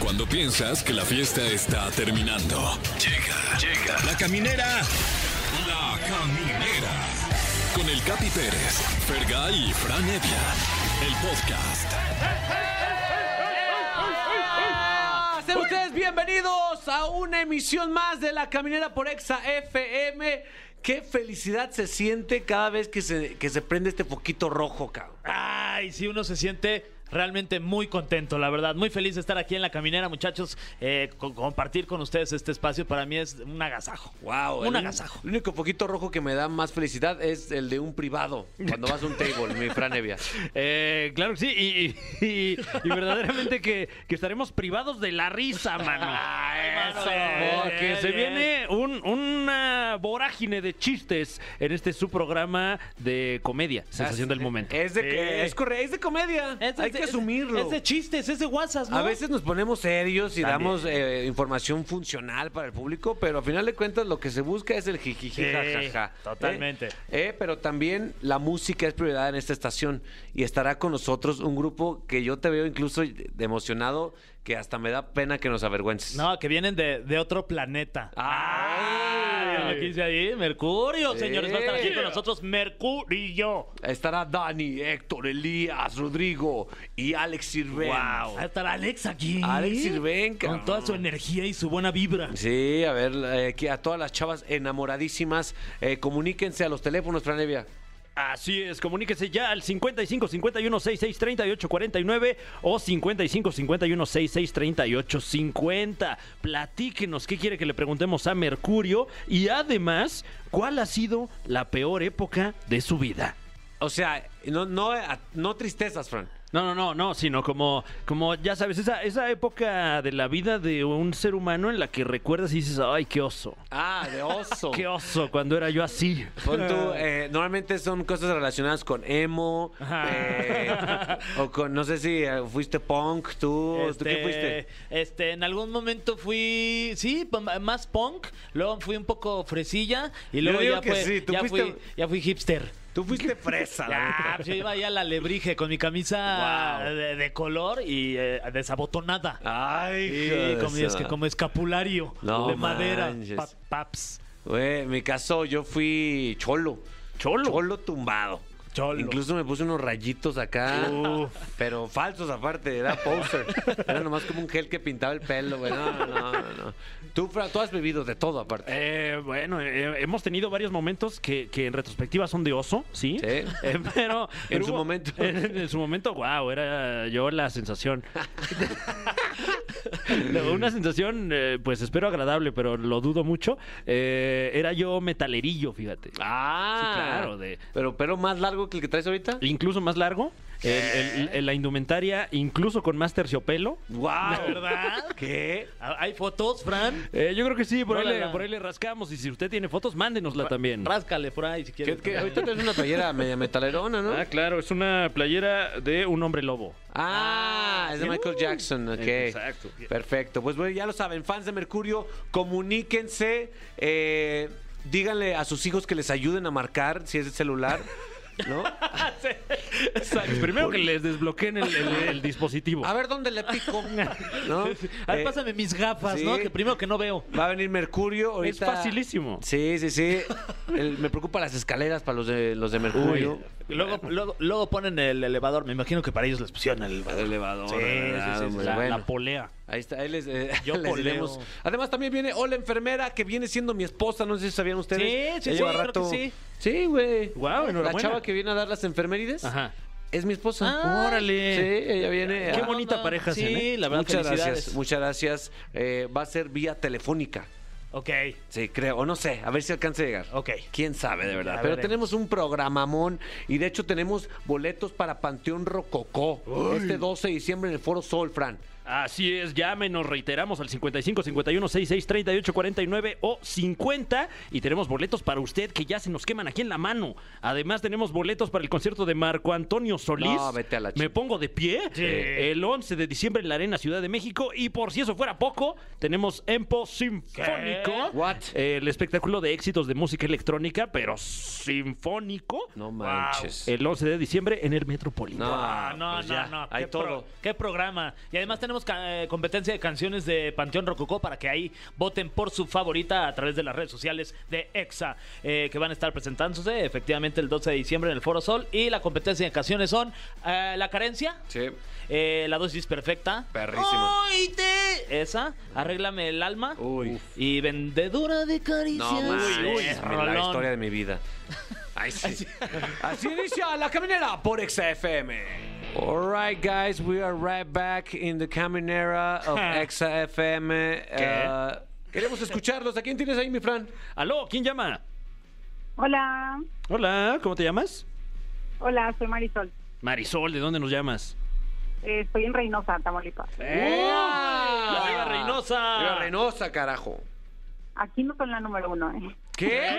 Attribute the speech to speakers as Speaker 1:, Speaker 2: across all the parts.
Speaker 1: Cuando piensas que la fiesta está terminando. Llega, llega. La caminera. La caminera. Con el Capi Pérez, Fergay y Fran Evia. El podcast.
Speaker 2: Ah, Sean ustedes bienvenidos a una emisión más de La Caminera por Exa FM. Qué felicidad se siente cada vez que se, que se prende este foquito rojo, cabrón.
Speaker 3: Ay, sí, uno se siente realmente muy contento, la verdad. Muy feliz de estar aquí en la caminera, muchachos. Eh, co- compartir con ustedes este espacio para mí es un agasajo.
Speaker 2: Wow,
Speaker 3: Un
Speaker 2: el-
Speaker 3: agasajo.
Speaker 2: El único foquito rojo que me da más felicidad es el de un privado, cuando vas a un table, mi franevia.
Speaker 4: Eh, claro que sí, y, y- y- y verdaderamente que, que estaremos privados de la risa, mano.
Speaker 3: eso.
Speaker 4: Porque
Speaker 3: Bien,
Speaker 4: se
Speaker 3: bien.
Speaker 4: viene un- una vorágine de chistes en este su programa de comedia, sensación del momento.
Speaker 2: Es de, que-
Speaker 4: Eh,
Speaker 2: es corre- es de comedia,
Speaker 3: Es-
Speaker 2: hay
Speaker 3: es- es-
Speaker 2: que asumirlo.
Speaker 3: Es de chistes, es de WhatsApp, ¿no?
Speaker 2: A veces nos ponemos serios y
Speaker 4: También.
Speaker 2: damos eh, información funcional para el público, pero a final de cuentas lo que se busca es el
Speaker 4: Sí,
Speaker 2: jijiji, jajaja.
Speaker 4: totalmente.
Speaker 2: ¿Eh? Eh, pero también la música es prioridad en esta estación y estará con nosotros un grupo que yo te veo incluso de- emocionado que hasta me da pena que nos avergüences.
Speaker 3: No, que vienen de, de otro planeta.
Speaker 2: ¡Ay!
Speaker 3: Ah, lo quise ahí. Mercurio,
Speaker 2: Sí.
Speaker 3: señores, va a estar aquí con nosotros Mercurio.
Speaker 2: Estará Dani, Héctor, Elías, Rodrigo y Alex Sirven.
Speaker 3: Va a estar Alex aquí.
Speaker 2: Alex Sirven, cabrón.
Speaker 3: Con toda su energía y su buena vibra.
Speaker 2: Sí, a ver, eh, aquí a todas las chavas enamoradísimas, eh, comuníquense a los teléfonos, Franevia.
Speaker 4: Así es, comuníquese ya al 55 51 66 38 49 o 55 51 66 38 50. Platíquenos qué quiere que le preguntemos a Mercurio y además, ¿cuál ha sido la peor época de su vida?
Speaker 2: O sea, no, no, a- no tristezas, Fran.
Speaker 4: No, no, no, no, sino como, como ya sabes, esa, esa época de la vida de un ser humano en la que recuerdas y dices, ay, qué oso.
Speaker 2: Ah, de oso.
Speaker 4: Qué oso cuando era yo así.
Speaker 2: Pon tú, eh, normalmente son cosas relacionadas con emo,
Speaker 4: Ajá.
Speaker 2: eh, o con, no sé si eh, fuiste punk, tú, ¿tú qué
Speaker 3: Este,
Speaker 2: fuiste?
Speaker 3: Este, en algún momento fui, sí, pa- más punk, luego fui un poco fresilla y luego
Speaker 2: digo
Speaker 3: ya,
Speaker 2: que
Speaker 3: fue-
Speaker 2: sí, tú
Speaker 3: ya
Speaker 2: fuiste-
Speaker 3: fui, ya fui hipster.
Speaker 2: Tú fuiste fresa, la
Speaker 3: Ah,
Speaker 2: neta.
Speaker 3: yo iba ahí a la lebrige con mi camisa
Speaker 2: Wow.
Speaker 3: de, de color y eh, desabotonada.
Speaker 2: Ay,
Speaker 3: Sí,
Speaker 2: Ah, hijo de
Speaker 3: como, es que-
Speaker 2: su-
Speaker 3: como escapulario
Speaker 2: No
Speaker 3: de madera.
Speaker 2: manches.
Speaker 3: pa- paps.
Speaker 2: Güey, en mi caso, yo fui cholo.
Speaker 4: Cholo.
Speaker 2: Cholo tumbado.
Speaker 3: Cholo.
Speaker 2: Incluso me puse unos rayitos acá. Pero falsos aparte, era poser. Era nomás como un gel que pintaba el pelo, güey. No, no, no, no. Tú, Fra, tú has bebido de todo aparte.
Speaker 4: Eh, bueno, eh, hemos tenido varios momentos que, que en retrospectiva son de oso, ¿sí?
Speaker 2: Sí.
Speaker 4: Eh, pero
Speaker 2: En
Speaker 4: pero
Speaker 2: su momento.
Speaker 4: En, en su momento, wow, era yo la sensación. No, Una sensación, eh, pues espero agradable, pero lo dudo mucho. Eh, era yo metalerillo, fíjate.
Speaker 2: Ah,
Speaker 4: Sí, claro, de-
Speaker 2: Pero pelo más largo que el que traes ahorita.
Speaker 4: Incluso más largo, el- el- el- la indumentaria, incluso con más terciopelo.
Speaker 2: ¡Wow!
Speaker 3: ¿De verdad?
Speaker 2: ¿Qué?
Speaker 3: Ah, ¿Hay fotos, Fran?
Speaker 4: Eh, yo creo que sí, por,
Speaker 3: No,
Speaker 4: ahí
Speaker 3: la-
Speaker 4: le,
Speaker 3: la-
Speaker 4: por ahí le rascamos y si usted tiene fotos, mándenosla también.
Speaker 3: Ráscale por ahí si
Speaker 2: ¿Qué,
Speaker 3: quieres.
Speaker 2: qué? Ahorita tienes una playera media metalerona, ¿no?
Speaker 4: Ah, claro, es una playera de un hombre lobo.
Speaker 2: Ah, es de Michael Jackson, ok.
Speaker 4: exacto.
Speaker 2: Perfecto. Pues bueno, ya lo saben, fans de Mercurio, comuníquense, eh, díganle a sus hijos que les ayuden a marcar si es el celular, ¿no?
Speaker 4: Primero que les desbloqueen el, el- el dispositivo.
Speaker 2: Eh, A ver dónde le pico, ¿no?
Speaker 3: A ver,
Speaker 2: Eh,
Speaker 3: pásame mis gafas,
Speaker 2: sí.
Speaker 3: ¿no? Que primero que no veo.
Speaker 2: Va a venir Mercurio ahorita.
Speaker 4: facilísimo.
Speaker 2: Sí, sí, sí. El- me preocupa las escaleras para los de los de Mercurio.
Speaker 3: Luego, luego, luego ponen el elevador. Me imagino que para ellos les pusieron el elevador.
Speaker 4: elevador,
Speaker 3: Sí,
Speaker 4: ¿verdad?
Speaker 3: sí, sí, sí,
Speaker 2: muy
Speaker 3: la,
Speaker 2: bueno.
Speaker 3: la polea.
Speaker 2: Ahí está, ahí les, eh,
Speaker 3: Yo
Speaker 2: les
Speaker 3: poleo.
Speaker 2: iremos. Además también viene Hola Enfermera, que viene siendo mi esposa, no sé si sabían ustedes.
Speaker 3: Sí, sí,
Speaker 2: Ya
Speaker 3: sí,
Speaker 2: lleva
Speaker 3: creo
Speaker 2: rato.
Speaker 3: que sí.
Speaker 2: Sí, güey.
Speaker 4: Guau,
Speaker 2: La
Speaker 4: enhorabuena.
Speaker 2: chava que viene a dar las enfermerides
Speaker 4: Ajá.
Speaker 2: es mi esposa.
Speaker 3: Ah,
Speaker 4: órale.
Speaker 2: Sí, ella viene.
Speaker 4: Qué
Speaker 2: a-
Speaker 4: bonita pareja
Speaker 3: Sí,
Speaker 4: hacen, ¿eh?
Speaker 3: la verdad,
Speaker 2: muchas gracias,
Speaker 3: felicidades.
Speaker 2: muchas gracias. Eh, va a ser vía telefónica.
Speaker 3: Ok,
Speaker 2: Sí, creo, o no sé, a ver si alcanza a llegar.
Speaker 3: ok.
Speaker 2: Quién sabe, de verdad.
Speaker 3: Ya
Speaker 2: Pero
Speaker 3: veremos.
Speaker 2: tenemos un programamón y de hecho tenemos boletos para Panteón Rococó este 12 de diciembre en el Foro Sol, Fran.
Speaker 4: Así es, nos reiteramos al 55 51 66 38 49 o 50 y tenemos boletos para usted que ya se nos queman aquí en la mano. Además tenemos boletos para el concierto de Marco Antonio Solís.
Speaker 2: No, vete a la chi-
Speaker 4: Me pongo de pie
Speaker 3: Sí.
Speaker 4: eh, el 11 de diciembre en la Arena Ciudad de México y por si eso fuera poco, tenemos Empo Sinfónico.
Speaker 2: What?
Speaker 4: Eh, el espectáculo de éxitos de música electrónica, pero sinfónico.
Speaker 2: No manches.
Speaker 4: El 11 de diciembre en el Metropolitano.
Speaker 2: No,
Speaker 3: Ah, no,
Speaker 2: pues
Speaker 3: no,
Speaker 2: ya,
Speaker 3: no.
Speaker 2: hay
Speaker 3: qué pro-
Speaker 2: todo.
Speaker 3: qué programa. Y además tenemos tenemos ca- eh, competencia de canciones de Panteón Rococó para que ahí voten por su favorita a través de las redes sociales de EXA, eh, que van a estar presentándose efectivamente el 12 de diciembre en el Foro Sol. Y la competencia de canciones son eh, La Carencia,
Speaker 5: Sí,
Speaker 3: eh, La Dosis Perfecta,
Speaker 5: perrísima.
Speaker 3: Hoy te- Esa, Arréglame el Alma
Speaker 5: Uy.
Speaker 3: y Vendedora de Caricias.
Speaker 5: No mames,
Speaker 3: Uy, uy,
Speaker 5: la
Speaker 3: rolón.
Speaker 5: historia de mi vida. Ay, sí.
Speaker 2: Así inicia La Caminera por XFM. All right, guys, we are right back in the Caminera of XFM. Uh, queremos escucharlos. ¿A quién tienes ahí, mi Fran?
Speaker 4: Aló, ¿quién llama?
Speaker 6: Hola,
Speaker 4: Hola, ¿cómo te llamas?
Speaker 6: hola, soy Marisol.
Speaker 4: Marisol, ¿de dónde nos llamas?
Speaker 6: Eh, estoy en Reynosa, Tamaulipas.
Speaker 2: ¡Ea!
Speaker 4: ¡Viva Reynosa!
Speaker 2: ¡Viva Reynosa, carajo!
Speaker 6: Aquí no son la número uno, ¿eh?
Speaker 2: ¿Qué?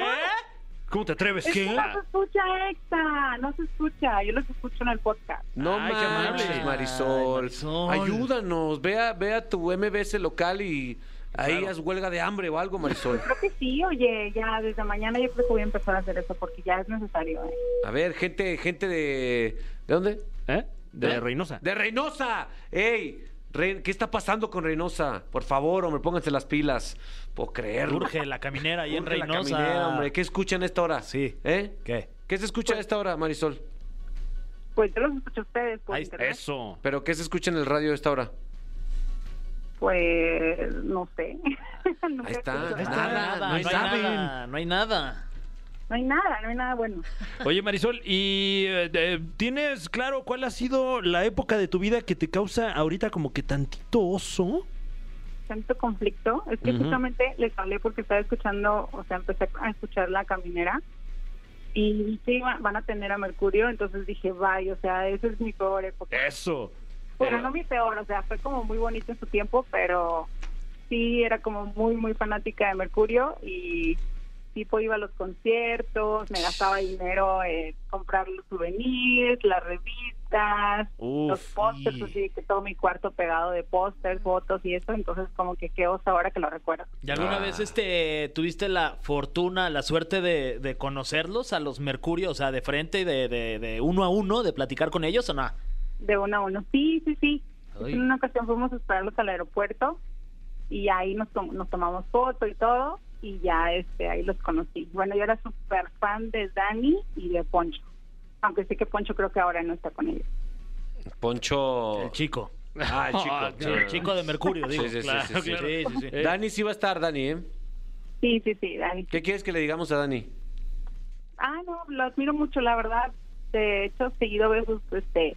Speaker 4: ¿Cómo te atreves? ¿Qué?
Speaker 6: No se escucha, Exa, no se escucha. Yo los escucho en el podcast.
Speaker 2: No
Speaker 4: Ay, qué amable.
Speaker 2: manches, Marisol.
Speaker 3: Ay, Marisol.
Speaker 2: Ayúdanos, ve a, ve a tu MBS local y ahí haz huelga de hambre o algo, Marisol.
Speaker 6: Creo que sí, oye, ya desde mañana yo creo que voy a empezar a hacer eso porque ya es necesario, ¿eh?
Speaker 2: A ver, gente, gente de... ¿De dónde?
Speaker 4: ¿Eh? De
Speaker 2: ¿Eh?
Speaker 4: Reynosa.
Speaker 2: ¡De Reynosa! ¡Ey! Re- ¿Qué está pasando con Reynosa? Por favor, hombre, pónganse las pilas. Puedo creerlo.
Speaker 3: Urge la caminera ahí en
Speaker 2: Urge la
Speaker 3: Reynosa.
Speaker 2: caminera, hombre. ¿Qué escuchan a esta hora?
Speaker 3: Sí.
Speaker 2: ¿Eh?
Speaker 3: ¿Qué?
Speaker 2: ¿Qué se escucha a esta hora, Marisol?
Speaker 6: Pues yo los escucho a ustedes por
Speaker 3: Ahí está,
Speaker 6: internet.
Speaker 4: Eso.
Speaker 2: ¿Pero qué se escucha en el radio a esta hora?
Speaker 6: Pues no sé. Nunca
Speaker 2: Ahí está.
Speaker 6: escucho
Speaker 2: Ahí está.
Speaker 6: nada.
Speaker 2: Nada,
Speaker 3: no hay
Speaker 2: no
Speaker 3: nada, no hay nada.
Speaker 6: No hay nada, no hay nada bueno.
Speaker 4: Oye, Marisol, ¿y eh, eh, tienes claro cuál ha sido la época de tu vida que te causa ahorita como que tantito oso?
Speaker 6: Tanto conflicto. Es que
Speaker 4: Ujú.
Speaker 6: justamente les hablé porque estaba escuchando, o sea, empecé a escuchar la caminera y vi que iba- van a tener a Mercurio, entonces dije, vaya, o sea, esa es mi peor época.
Speaker 4: Eso.
Speaker 6: Bueno, no mi peor, o sea, fue como muy bonito en su tiempo, pero sí era como muy, muy fanática de Mercurio y tipo iba a los conciertos, me gastaba dinero en comprar los souvenirs, las revistas,
Speaker 4: Uf,
Speaker 6: los pósters,
Speaker 4: y-
Speaker 2: pues,
Speaker 6: así que todo mi cuarto pegado de pósters, fotos y eso, entonces como que qué oso ahora que lo recuerdo.
Speaker 3: ¿Y alguna
Speaker 2: Ah.
Speaker 3: vez este tuviste la fortuna, la suerte de, de conocerlos a los Mercurio, o sea, de frente, de, de, de uno a uno, de platicar con ellos o no?
Speaker 6: De uno a uno, sí, sí, sí.
Speaker 3: Ay.
Speaker 6: En una ocasión fuimos a esperarlos al aeropuerto y ahí nos, tom- nos tomamos foto y todo y ya este ahí los conocí. Bueno, yo era súper fan de Dani y de Poncho, aunque sé que Poncho creo que ahora no está con ellos.
Speaker 2: Poncho...
Speaker 3: El chico.
Speaker 2: Oh. Ah,
Speaker 4: Ah,
Speaker 2: el chico.
Speaker 3: El chico de Mercurio, digo.
Speaker 2: Sí, sí, sí,
Speaker 3: Claro,
Speaker 2: sí, sí.
Speaker 3: claro. Eh, sí, sí.
Speaker 2: Dani sí va a estar, Dani, ¿eh?
Speaker 6: Sí, sí, sí, Dani.
Speaker 2: ¿Qué quieres que le digamos a Dani?
Speaker 6: Ah, no, lo admiro mucho, la verdad. De hecho, seguido veo sus, este,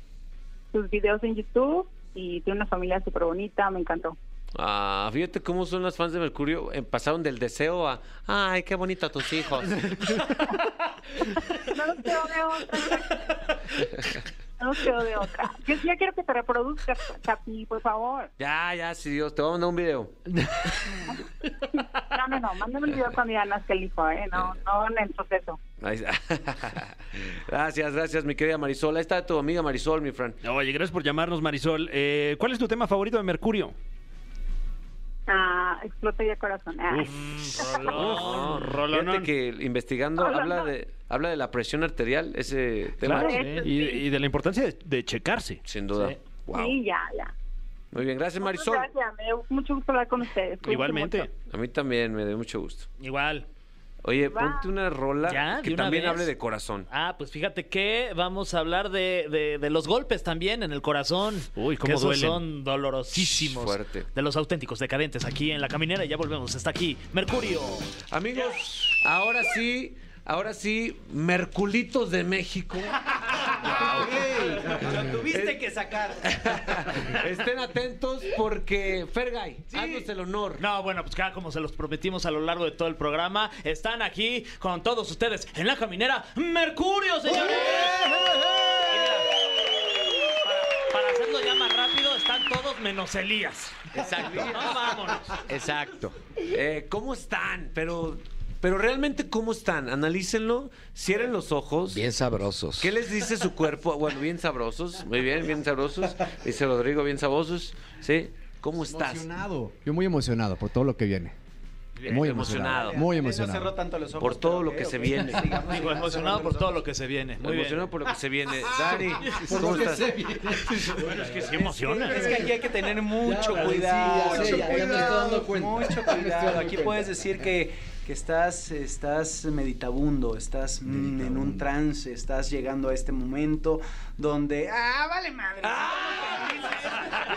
Speaker 6: sus videos en YouTube y tiene una familia súper bonita, me encantó.
Speaker 2: Ah, fíjate cómo son las fans de Mercurio. eh, pasaron del deseo a, ay, qué bonito tus hijos.
Speaker 6: No nos quedó de otra. No nos quedó de otra. Yo ya quiero que te reproduzcas, Capi, por favor.
Speaker 2: ya, ya, sí, Dios, te voy a mandar un video.
Speaker 6: No, no, no, mándame el video cuando ya nazca el hijo, ¿eh? No, no en el proceso.
Speaker 2: Ahí está. gracias, gracias, mi querida Marisol. Ahí está tu amiga Marisol, mi Fran.
Speaker 4: Oye, gracias por llamarnos, Marisol. Eh, ¿Cuál es tu tema favorito de Mercurio?
Speaker 6: Ah, explota ya corazón. Ah,
Speaker 2: No,
Speaker 4: Rolón.
Speaker 2: Fíjate que investigando
Speaker 6: Rolonón.
Speaker 2: habla de habla de la presión arterial, ese tema.
Speaker 4: Claro,
Speaker 6: Eso
Speaker 4: sí.
Speaker 6: sí.
Speaker 4: y, y de la importancia de, de checarse.
Speaker 2: Sin duda.
Speaker 4: Sí.
Speaker 2: Wow.
Speaker 6: Sí, ya, ya.
Speaker 2: Muy bien, gracias Marisol.
Speaker 6: Muchas gracias, me dio mucho gusto hablar con ustedes. Cuídense
Speaker 4: Igualmente.
Speaker 6: mucho.
Speaker 2: A mí también me dio mucho gusto.
Speaker 3: Igual.
Speaker 2: Oye,
Speaker 6: Va.
Speaker 2: ponte una rola
Speaker 3: Ya,
Speaker 2: que
Speaker 3: de una
Speaker 2: también
Speaker 3: vez.
Speaker 2: hable de corazón.
Speaker 3: Ah, pues fíjate que vamos a hablar de, de- de los golpes también en el corazón.
Speaker 4: Uy, cómo
Speaker 3: que esos
Speaker 4: duelen.
Speaker 3: son dolorosísimos.
Speaker 2: Fuerte.
Speaker 3: De los auténticos decadentes aquí en la caminera. Ya volvemos. Está aquí Mercurio.
Speaker 2: Amigos, ahora sí, ahora sí, Merculitos de México.
Speaker 7: Tuviste que sacar.
Speaker 2: Estén atentos porque Fergay, haznos el honor.
Speaker 3: No, bueno, pues cada como se los prometimos a lo largo de todo el programa, están aquí con todos ustedes en la caminera Mercurio, señores.
Speaker 8: ¡Eh,
Speaker 3: Y mira, para- Para hacerlo ya más rápido, están todos menos Elías.
Speaker 7: Exacto.
Speaker 3: No, vámonos.
Speaker 7: Exacto.
Speaker 2: Eh, ¿Cómo están? Pero, pero realmente, ¿cómo están? Analícenlo, cierren los ojos.
Speaker 7: Bien sabrosos.
Speaker 2: ¿Qué les dice su cuerpo? Bueno, bien sabrosos, muy bien, bien sabrosos. Dice Rodrigo, bien sabrosos. ¿Sí? ¿Cómo estás?
Speaker 8: Emocionado. Yo muy emocionado por todo lo que viene.
Speaker 9: Muy emocionado.
Speaker 10: Muy emocionado.
Speaker 7: No cerró tanto los ojos.
Speaker 9: Por todo
Speaker 7: pero
Speaker 9: lo
Speaker 7: ok,
Speaker 9: que se
Speaker 7: ok.
Speaker 9: viene.
Speaker 7: Sigamos,
Speaker 3: Digo,
Speaker 7: sigamos
Speaker 3: emocionado
Speaker 7: cerrando
Speaker 3: por
Speaker 7: los
Speaker 3: todo
Speaker 7: ojos.
Speaker 3: lo que se viene. Muy
Speaker 9: emocionado
Speaker 3: bien. Ah,
Speaker 9: por lo que se viene. Dani, ¿cómo estás?
Speaker 4: Bueno, es que sí emociona.
Speaker 7: Es que aquí hay que tener mucho
Speaker 10: sí,
Speaker 7: cuidado.
Speaker 10: ya sé, ya- ya
Speaker 7: mucho
Speaker 10: me estoy
Speaker 7: cuidado,
Speaker 10: dando cuenta. Ya me
Speaker 7: Mucho
Speaker 10: estoy
Speaker 7: cuidado.
Speaker 10: dando
Speaker 7: Aquí
Speaker 10: cuenta.
Speaker 7: puedes decir que, que estás, estás meditabundo, estás mm, en un trance, estás llegando a este momento donde. ¡Ah, vale madre!
Speaker 10: Ah.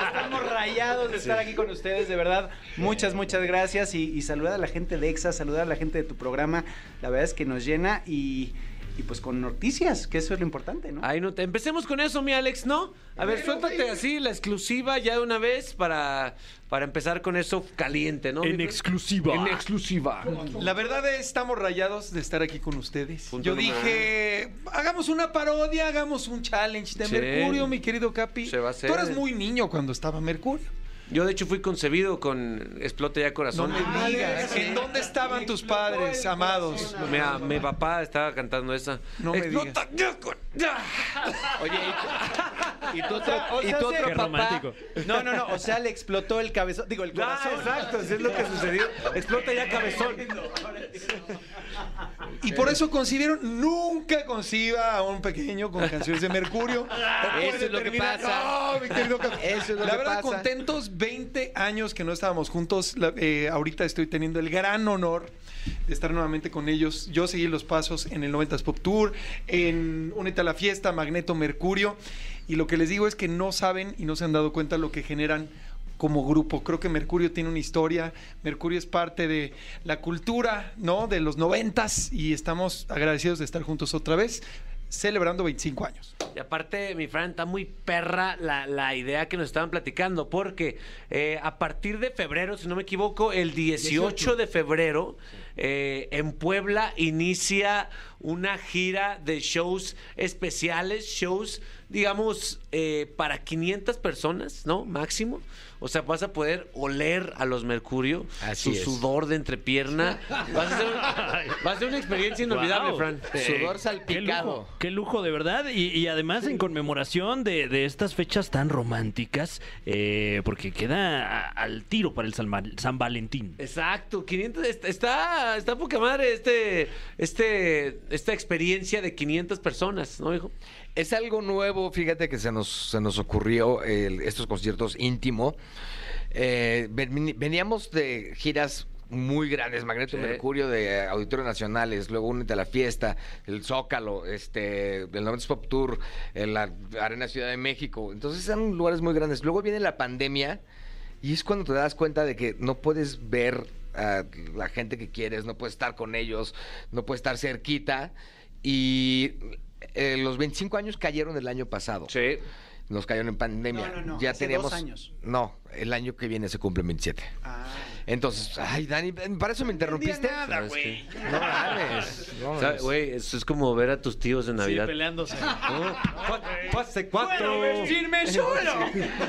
Speaker 7: Estamos rayados de estar aquí con ustedes, de verdad. Muchas, muchas gracias. Y, y saludar a la gente de EXA, saludar a la gente de tu programa. La verdad es que nos llena y, y pues con noticias, que eso es lo importante, ¿no?
Speaker 2: Ahí no te... Empecemos con eso, mi Alex, ¿no? A ver, suéltate así la exclusiva ya de una vez para, para empezar con eso caliente, ¿no?
Speaker 4: En
Speaker 2: Mi-
Speaker 4: exclusiva.
Speaker 2: En exclusiva.
Speaker 10: La verdad es, estamos rayados de estar aquí con ustedes.
Speaker 2: Punto
Speaker 10: Yo
Speaker 2: número
Speaker 10: dije, hagamos una parodia, hagamos un challenge de
Speaker 2: Sí.
Speaker 10: Mercurio, mi querido Capi.
Speaker 2: Se va a hacer.
Speaker 10: Tú eras muy niño cuando estaba Mercurio.
Speaker 2: Yo, de hecho, fui concebido con Explota ya
Speaker 10: No
Speaker 2: Corazón.
Speaker 10: me digas.
Speaker 7: sí.
Speaker 10: ¿En dónde estaban tus padres, amados?
Speaker 2: Mira, mi papá estaba cantando esa.
Speaker 10: No me
Speaker 2: Explota ya con- ya.
Speaker 7: Oye,
Speaker 8: Y tú otro, y tú otro
Speaker 4: Qué
Speaker 8: papá.
Speaker 4: romántico.
Speaker 7: No, no, no. O sea, le explotó el cabezón. Digo, el
Speaker 2: Ah,
Speaker 7: corazón.
Speaker 2: exacto, así es lo que sucedió. Explota ya cabezón.
Speaker 10: Y por eso concibieron, nunca conciba a un pequeño con canciones de Mercurio.
Speaker 8: Eso es lo que
Speaker 10: Termina-
Speaker 8: pasa.
Speaker 10: No, mi querido Capi.
Speaker 8: Eso es lo
Speaker 10: la
Speaker 8: que
Speaker 10: verdad,
Speaker 8: pasa.
Speaker 10: contentos 20 años que no estábamos juntos. La- eh, ahorita estoy teniendo el gran honor de estar nuevamente con ellos. Yo seguí los pasos en el 90s Pop Tour, en Únete a la Fiesta, Magneto Mercurio. Y lo que les digo es que no saben y no se han dado cuenta lo que generan como grupo. Creo que Mercurio tiene una historia. Mercurio es parte de la cultura, ¿no? De los 90s. Y estamos agradecidos de estar juntos otra vez, celebrando 25 años.
Speaker 2: Y aparte, mi Fran, está muy perra la, la idea que nos estaban platicando, porque eh, a partir de febrero, si no me equivoco, el 18, de febrero, eh, en Puebla inicia una gira de shows especiales, shows, digamos, eh, para 500 personas, ¿no? Máximo. O sea, vas a poder oler a los Mercurio,
Speaker 8: Así
Speaker 2: su
Speaker 8: es.
Speaker 2: sudor de entrepierna. Vas a hacer, un- va a ser una experiencia inolvidable,
Speaker 4: Guau.
Speaker 2: Fran.
Speaker 8: Sudor
Speaker 4: Qué
Speaker 8: salpicado.
Speaker 4: lujo, qué lujo, de verdad. Y, y además en conmemoración de, de estas fechas tan románticas, eh, porque queda a- al tiro para el San, Val- San Valentín.
Speaker 2: Exacto, 500 est- está está poca madre este este esta experiencia de 500 personas, ¿no, hijo?
Speaker 8: Es algo nuevo, fíjate que se nos, se nos ocurrió el- estos conciertos íntimo. Eh, ven- veníamos de giras muy grandes, Magneto
Speaker 2: Sí.
Speaker 8: Mercurio de eh, Auditorio Nacionales, luego Únete a la Fiesta, el Zócalo, este, el 90 Pop Tour, eh, la Arena Ciudad de México. Entonces eran lugares muy grandes. Luego viene la pandemia y es cuando te das cuenta de que no puedes ver a la gente que quieres, no puedes estar con ellos, no puedes estar cerquita. Y eh, los 25 años cayeron el año pasado.
Speaker 2: Sí.
Speaker 8: Nos cayeron en pandemia.
Speaker 7: No, no, no,
Speaker 8: Ya
Speaker 7: hace
Speaker 8: teníamos.
Speaker 7: dos años.
Speaker 8: No, el año que viene se cumplen 27. Entonces, ay, Dani, para eso me interrumpiste.
Speaker 2: ¿Sabes qué?
Speaker 8: No mames. No,
Speaker 2: O sea, Güey, eso es como ver a tus tíos de
Speaker 3: Sí,
Speaker 2: Navidad.
Speaker 3: peleándose.
Speaker 2: Pase cuatro.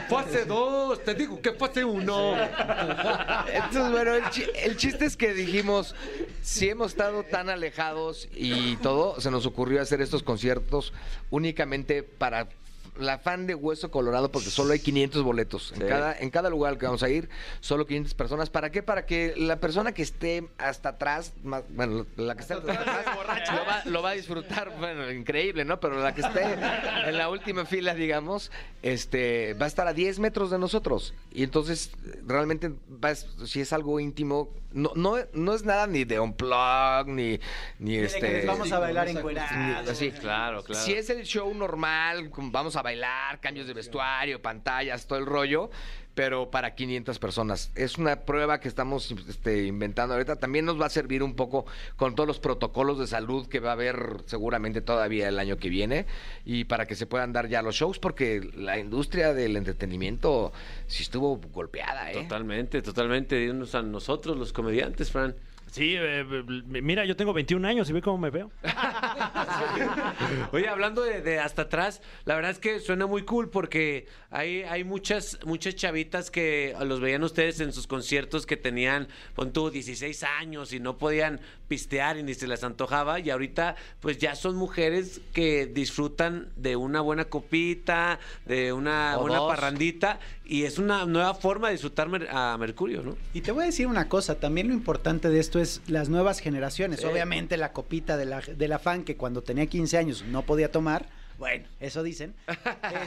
Speaker 2: Pase dos. Te digo que pase uno.
Speaker 8: Entonces, bueno, el, chi- el chiste es que dijimos, si hemos estado tan alejados y todo, se nos ocurrió hacer estos conciertos únicamente para la fan de Hueso Colorado, porque solo hay 500 boletos. En,
Speaker 2: Sí.
Speaker 8: cada, en cada lugar al que vamos a ir, solo 500 personas. ¿Para qué? Para que la persona que esté hasta atrás, más- bueno, la que esté atrás, lo va, lo va a disfrutar, bueno, increíble, ¿no? Pero la que esté en la última fila, digamos, este, va a estar a 10 metros de nosotros. Y entonces, realmente, va a es- si es algo íntimo, no, no, no es nada ni de un plug, ni, ni
Speaker 7: Dile que
Speaker 8: este...
Speaker 7: les vamos a bailar en
Speaker 8: Así,
Speaker 9: Claro, claro.
Speaker 8: si es el show normal, como vamos a bailar, cambios de vestuario, pantallas, todo el rollo, pero para 500 personas. Es una prueba que estamos este, inventando ahorita. También nos va a servir un poco con todos los protocolos de salud que va a haber seguramente todavía el año que viene y para que se puedan dar ya los shows, porque la industria del entretenimiento sí estuvo golpeada, ¿eh?
Speaker 2: Totalmente, totalmente. Dinos a nosotros, los comediantes, Fran.
Speaker 4: Sí, eh, mira, yo tengo 21 años y ve cómo me veo.
Speaker 2: Oye, hablando de, de hasta atrás, la verdad es que suena muy cool porque hay, hay muchas, muchas chavitas chavitas que los veían ustedes en sus conciertos que tenían, pon tú, 16 años y no podían pistear y ni se les antojaba. Y ahorita, pues ya son mujeres que disfrutan de una buena copita, de una
Speaker 8: O
Speaker 2: buena
Speaker 8: dos.
Speaker 2: parrandita. Y es una nueva forma de disfrutar mer- a Mercurio, ¿no?
Speaker 7: Y te voy a decir una cosa, también lo importante de esto es las nuevas generaciones.
Speaker 2: Sí.
Speaker 7: Obviamente la copita de la, de la fan que cuando tenía 15 años no podía tomar, bueno, eso dicen.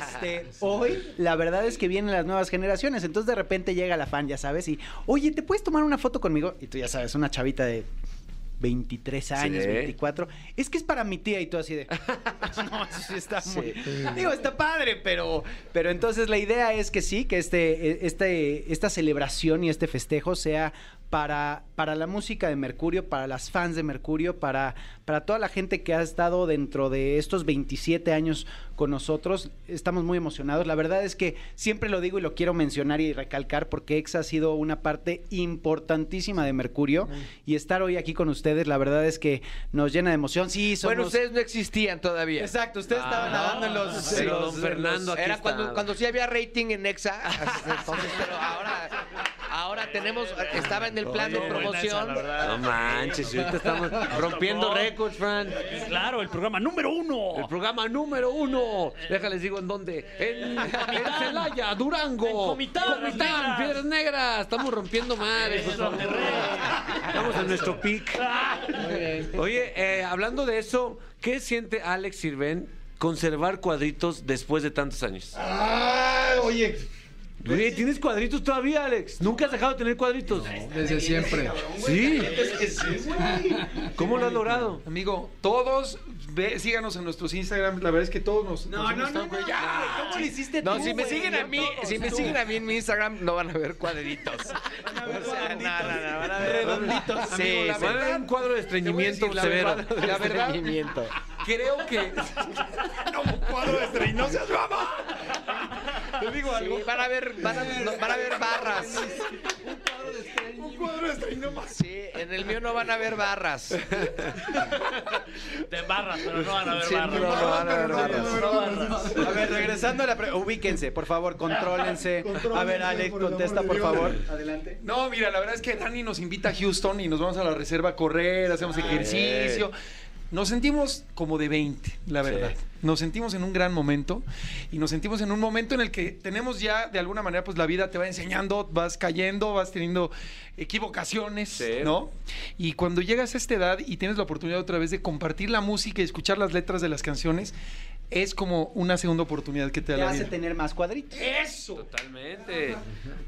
Speaker 7: Este, hoy la verdad es que vienen las nuevas generaciones, entonces de repente llega la fan, ya sabes, y, oye, ¿te puedes tomar una foto conmigo? Y tú ya sabes, una chavita de... 23 años,
Speaker 8: Sí.
Speaker 7: 24. Es que es para mi tía y tú así de. No, eso sí está muy. Digo, está padre, pero. Pero entonces la idea es que sí, que este, este, esta celebración y este festejo sea para, para la música de Mercurio, para las fans de Mercurio, para, para toda la gente que ha estado dentro de estos 27 años con nosotros. Estamos muy emocionados. La verdad es que siempre lo digo y lo quiero mencionar y recalcar porque EXA ha sido una parte importantísima de Mercurio y estar hoy aquí con ustedes, la verdad es que nos llena de emoción. Sí, somos...
Speaker 8: Bueno, ustedes no existían todavía.
Speaker 7: Exacto, ustedes estaban nadando en los...
Speaker 2: Sí,
Speaker 7: en
Speaker 2: don
Speaker 7: los-
Speaker 2: Fernando aquí
Speaker 8: Era
Speaker 2: está.
Speaker 8: cuando, cuando sí había rating en Exa. entonces, pero ahora, ahora tenemos, estaba en el plan de
Speaker 4: Oye, buena esa, la
Speaker 8: promoción.
Speaker 4: verdad.
Speaker 2: No manches, ahorita estamos rompiendo récords, Fran.
Speaker 4: Claro, el programa número
Speaker 2: El
Speaker 4: uno.
Speaker 2: programa número uno. Déjales digo en dónde. En en Celaya, Durango.
Speaker 4: En Comitán, Piedras
Speaker 2: Comitán,
Speaker 4: Negras.
Speaker 2: Piedras Negras. Estamos rompiendo madres. por favor. Estamos en nuestro pic. Oye, eh, hablando de eso, ¿qué siente Alex Sirven conservar cuadritos después de tantos años?
Speaker 10: Ah, oye,
Speaker 2: Güey, ¿tienes cuadritos todavía, Alex? ¿Nunca has dejado de tener cuadritos?
Speaker 11: Desde siempre.
Speaker 2: Sí. ¿Cómo lo has logrado?
Speaker 10: amigo, todos ve- síganos en nuestros Instagram. La verdad es que todos nos. nos hemos estado-
Speaker 7: güey, ¿Cómo lo hiciste
Speaker 8: No,
Speaker 7: tú,
Speaker 8: si me
Speaker 7: güey?
Speaker 8: siguen a mí, si me siguen a mí en mi Instagram, no van a ver cuadritos. O sea, no, no, no, van a ver-
Speaker 10: Redonditos.
Speaker 8: Sí,
Speaker 10: Amigo, la
Speaker 8: sí.
Speaker 2: Bueno, era un cuadro de
Speaker 8: Te voy a decir
Speaker 2: estreñimiento
Speaker 8: la
Speaker 2: severo.
Speaker 8: verdad, La verdad, creo que.
Speaker 10: Te digo algo.
Speaker 8: Sí, van a ver, van a, no, van a ver barras.
Speaker 10: Un cuadro de estreno más.
Speaker 8: Sí, en el mío no van a ver barras.
Speaker 3: Te barras, pero no van a ver
Speaker 8: Sí,
Speaker 3: barras.
Speaker 8: no, no van a ver barras.
Speaker 7: A ver, regresando a la pre- ubíquense, por favor, contrólense. A ver, Alex,
Speaker 11: por el
Speaker 7: contesta,
Speaker 11: amor
Speaker 7: por
Speaker 11: de
Speaker 7: favor.
Speaker 11: Dios.
Speaker 7: Adelante.
Speaker 10: No, mira, la verdad es que Dani nos invita a Houston y nos vamos a la reserva a correr, hacemos ejercicio. Nos sentimos como de 20, la verdad. Nos sentimos en un gran momento y nos sentimos en un momento en el que tenemos ya, de alguna manera, pues la vida te va enseñando, vas cayendo, vas teniendo equivocaciones, ¿no? Y cuando llegas a esta edad y tienes la oportunidad otra vez de compartir la música y escuchar las letras de las canciones, es como una segunda oportunidad que te da
Speaker 7: Te
Speaker 10: la
Speaker 7: hace
Speaker 10: vida.
Speaker 7: tener más cuadritos.
Speaker 2: Totalmente.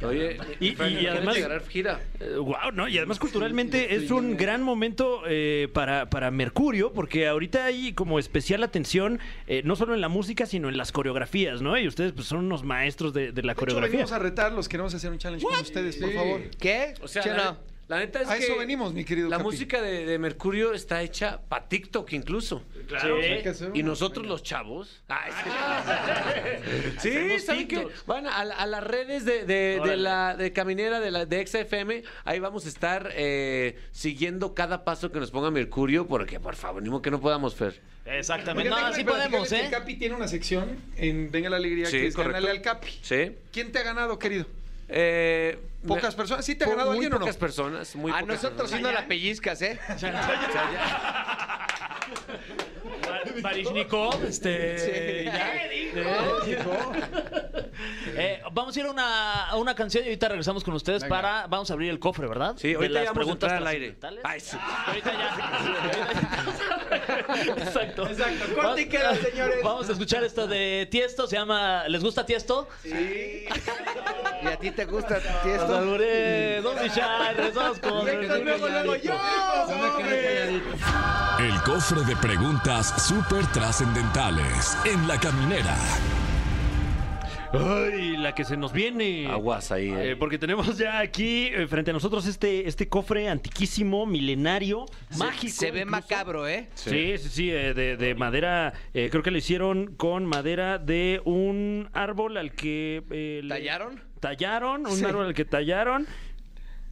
Speaker 2: Oye,
Speaker 4: Y- y
Speaker 2: Fran, ¿quieres
Speaker 4: además-
Speaker 2: llegar a gira?
Speaker 4: Wow, ¿no? Y además culturalmente es un gran momento eh, para, para Mercurio, porque ahorita hay como especial atención, eh, no solo en la música, sino en las coreografías, ¿no? Y ustedes pues, son unos maestros de, de
Speaker 10: De
Speaker 4: la
Speaker 10: hecho,
Speaker 4: coreografía.
Speaker 10: venimos a retarlos, queremos hacer un challenge con ustedes, por favor.
Speaker 8: ¿Qué?
Speaker 2: O sea,
Speaker 8: ¿Sí o
Speaker 2: la,
Speaker 8: no?
Speaker 2: la neta es
Speaker 10: A
Speaker 2: que
Speaker 10: eso venimos, mi querido
Speaker 2: la
Speaker 10: Capi.
Speaker 2: música de, de Mercurio está hecha para TikTok incluso.
Speaker 3: Claro.
Speaker 11: Hay que hacer
Speaker 2: Eh, Y
Speaker 11: una-
Speaker 2: nosotros los chavos. Ay, sí, Sí,
Speaker 4: Hacemos
Speaker 2: ¿saben qué?
Speaker 4: TikTok.
Speaker 2: Van a, a las redes de, de- de
Speaker 3: Órale.
Speaker 2: la de caminera de la de XFM. Ahí vamos a estar eh, siguiendo cada paso que nos ponga Mercurio, porque por favor, ni modo que no podamos, Fer.
Speaker 10: Oigan,
Speaker 3: Exactamente. No,
Speaker 10: déjame
Speaker 3: sí
Speaker 10: platicarles
Speaker 3: podemos,
Speaker 10: que
Speaker 3: ¿eh?
Speaker 10: El Capi tiene una sección en Venga la Alegría
Speaker 2: Sí,
Speaker 10: que es
Speaker 2: correcto.
Speaker 10: ganarle al Capi.
Speaker 2: ¿Sí?
Speaker 10: ¿Quién te ha ganado, querido?
Speaker 2: Eh,
Speaker 10: ¿Pocas
Speaker 2: me-
Speaker 10: personas? ¿Sí te ha
Speaker 2: po-
Speaker 10: ganado
Speaker 2: muy
Speaker 10: alguien o no?
Speaker 2: Pocas personas, muy
Speaker 8: A
Speaker 2: pocas
Speaker 8: Ah, nosotros sí
Speaker 2: personas.
Speaker 8: no la pellizcas, ¿eh?
Speaker 3: Ba- Barishnikov, este. ya. Eh, vamos a ir a una, a una canción y ahorita regresamos con ustedes para. Vamos a abrir el cofre, ¿verdad?
Speaker 2: Sí,
Speaker 3: De
Speaker 2: ahorita
Speaker 3: las
Speaker 2: ya vamos a
Speaker 3: preguntas
Speaker 2: entrar al aire.
Speaker 3: trascendentales.
Speaker 2: Ay, sí.
Speaker 3: Ahorita ya. Exacto.
Speaker 7: Exacto. Corte y queda, señores.
Speaker 3: Vamos a escuchar esto de Tiesto. Se llama. ¿Les gusta Tiesto?
Speaker 8: ¿Y a ti te gusta
Speaker 3: Los
Speaker 8: esto?
Speaker 3: adoré, Don Bichar, regresamos con.
Speaker 7: Luego, luego, yo.
Speaker 1: El cofre de preguntas súper trascendentales en la caminera.
Speaker 4: Ay, la que se nos viene.
Speaker 2: Aguas ahí. eh.
Speaker 4: Eh, porque tenemos ya aquí eh, frente a nosotros este, este cofre antiquísimo, milenario, mágico.
Speaker 8: Se ve
Speaker 4: incluso.
Speaker 8: macabro, ¿eh?
Speaker 4: Sí, sí, sí, eh, de, de madera. eh, creo que lo hicieron con madera de un árbol al que. eh, le-
Speaker 8: ¿Tallaron?
Speaker 4: Tallaron, un árbol al que tallaron.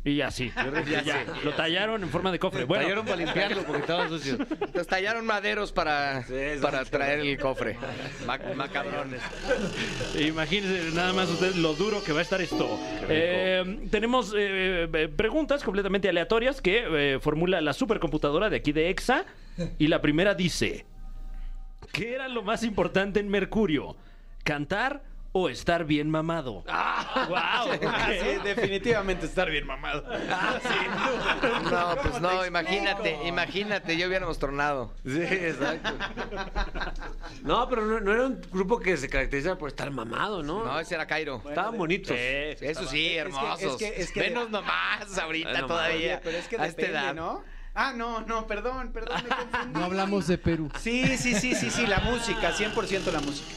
Speaker 4: Y así.
Speaker 8: Ya
Speaker 4: Ya,
Speaker 8: sé.
Speaker 4: Lo tallaron en forma de cofre. Bueno,
Speaker 9: Tallaron para limpiarlo porque estaba sucio.
Speaker 8: Entonces, tallaron maderos para, para traer el cofre.
Speaker 9: Mac- macabrones.
Speaker 4: Imagínense nada más ustedes lo duro que va a estar esto. Eh, tenemos eh, eh, preguntas completamente aleatorias que eh, formula la supercomputadora de aquí de EXA. Y la primera dice: ¿Qué era lo más importante en Mercurio? ¿Cantar o estar bien mamado? ¡Wow!
Speaker 7: Ah. Sí, definitivamente estar bien mamado.
Speaker 8: No, pues no, imagínate, imagínate, ya hubiéramos tornado.
Speaker 2: Sí, exacto. No, pero no, no era un grupo que se caracterizaba por estar mamado, ¿no?
Speaker 8: No, ese era Cairo.
Speaker 2: Estaban bonitos.
Speaker 8: Eso sí,
Speaker 7: Es que-
Speaker 8: hermosos.
Speaker 7: es que- es que-
Speaker 8: Menos nomás ahorita
Speaker 2: Ay, no
Speaker 8: todavía.
Speaker 7: Oye, pero es que
Speaker 8: a esta
Speaker 7: depende,
Speaker 8: edad.
Speaker 7: ¿no? Ah, no, no, perdón, perdón, me confundí.
Speaker 11: No hablamos de Perú.
Speaker 7: Sí, sí, sí, sí, sí, la música, 100% la música.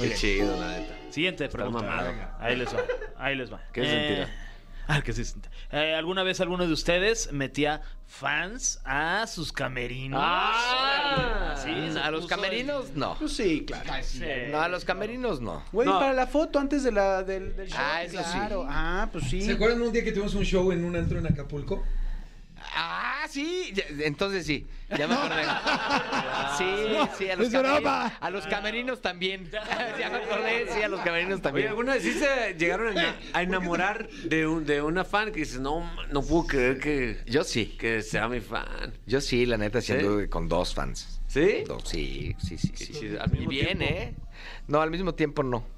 Speaker 8: Qué chido, la neta.
Speaker 3: Siguiente pregunta. Ahí les va. Ahí les va.
Speaker 8: ¿Qué
Speaker 3: Eh,
Speaker 8: sentirá?
Speaker 3: Ah, que sí sentirá. Eh, ¿Alguna vez alguno de ustedes metía fans a sus camerinos?
Speaker 8: Ah,
Speaker 3: Sí, se
Speaker 8: a los
Speaker 3: puso
Speaker 8: camerinos no.
Speaker 7: Pues sí, claro.
Speaker 3: el-
Speaker 8: No, a los camerinos no.
Speaker 7: Güey,
Speaker 2: No.
Speaker 7: para la foto antes de la, del, del show.
Speaker 8: Ah, eso sí.
Speaker 7: claro. Ah, pues sí.
Speaker 10: ¿Se acuerdan un día que tuvimos un show en un antro en Acapulco?
Speaker 8: Ah, sí, ya- entonces sí, ya me acordé. Sí, sí, a los,
Speaker 11: es
Speaker 8: camerinos,
Speaker 11: broma.
Speaker 8: a los camerinos también. Ya me acordé, sí, a los camerinos
Speaker 2: Oye,
Speaker 8: también.
Speaker 2: ¿alguna vez sí se llegaron a, ena- a enamorar de, un- de una fan que dices, no, ma- no puedo creer que,
Speaker 8: Yo sí,
Speaker 2: que sea mi fan?
Speaker 8: yo sí, la neta,
Speaker 2: ¿Sí?
Speaker 8: sí anduve con dos fans.
Speaker 2: ¿Sí?
Speaker 8: Dos, sí, sí, sí. sí.
Speaker 2: Sí, al
Speaker 8: Y
Speaker 2: mismo
Speaker 8: bien,
Speaker 2: tiempo.
Speaker 8: ¿eh? No, al mismo tiempo no.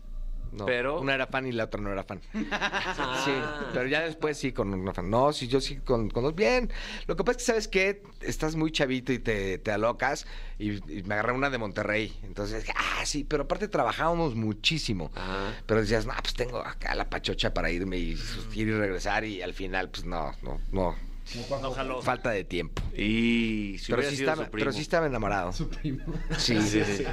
Speaker 8: No,
Speaker 2: Pero-
Speaker 8: Una era fan y la otra no era fan. Sí,
Speaker 2: Ah.
Speaker 8: pero ya después sí con una fan. No, sí, yo sí con, con dos. Bien. Lo que pasa es que, ¿sabes qué? Estás muy chavito y te, te alocas. Y, y me agarré una de Monterrey. Entonces, ah, sí, pero aparte trabajábamos muchísimo.
Speaker 2: Ajá. Mm.
Speaker 8: Pero decías, no, pues tengo acá la pachocha para irme y sus- ir y regresar. Y al final, pues no, no, no. Falta de tiempo.
Speaker 2: Y si
Speaker 8: Pero
Speaker 2: hubiera
Speaker 8: sí,
Speaker 2: sido
Speaker 8: estaba,
Speaker 2: su primo.
Speaker 8: pero sí estaba enamorado.
Speaker 11: Su primo.
Speaker 8: Sí, sí, sí.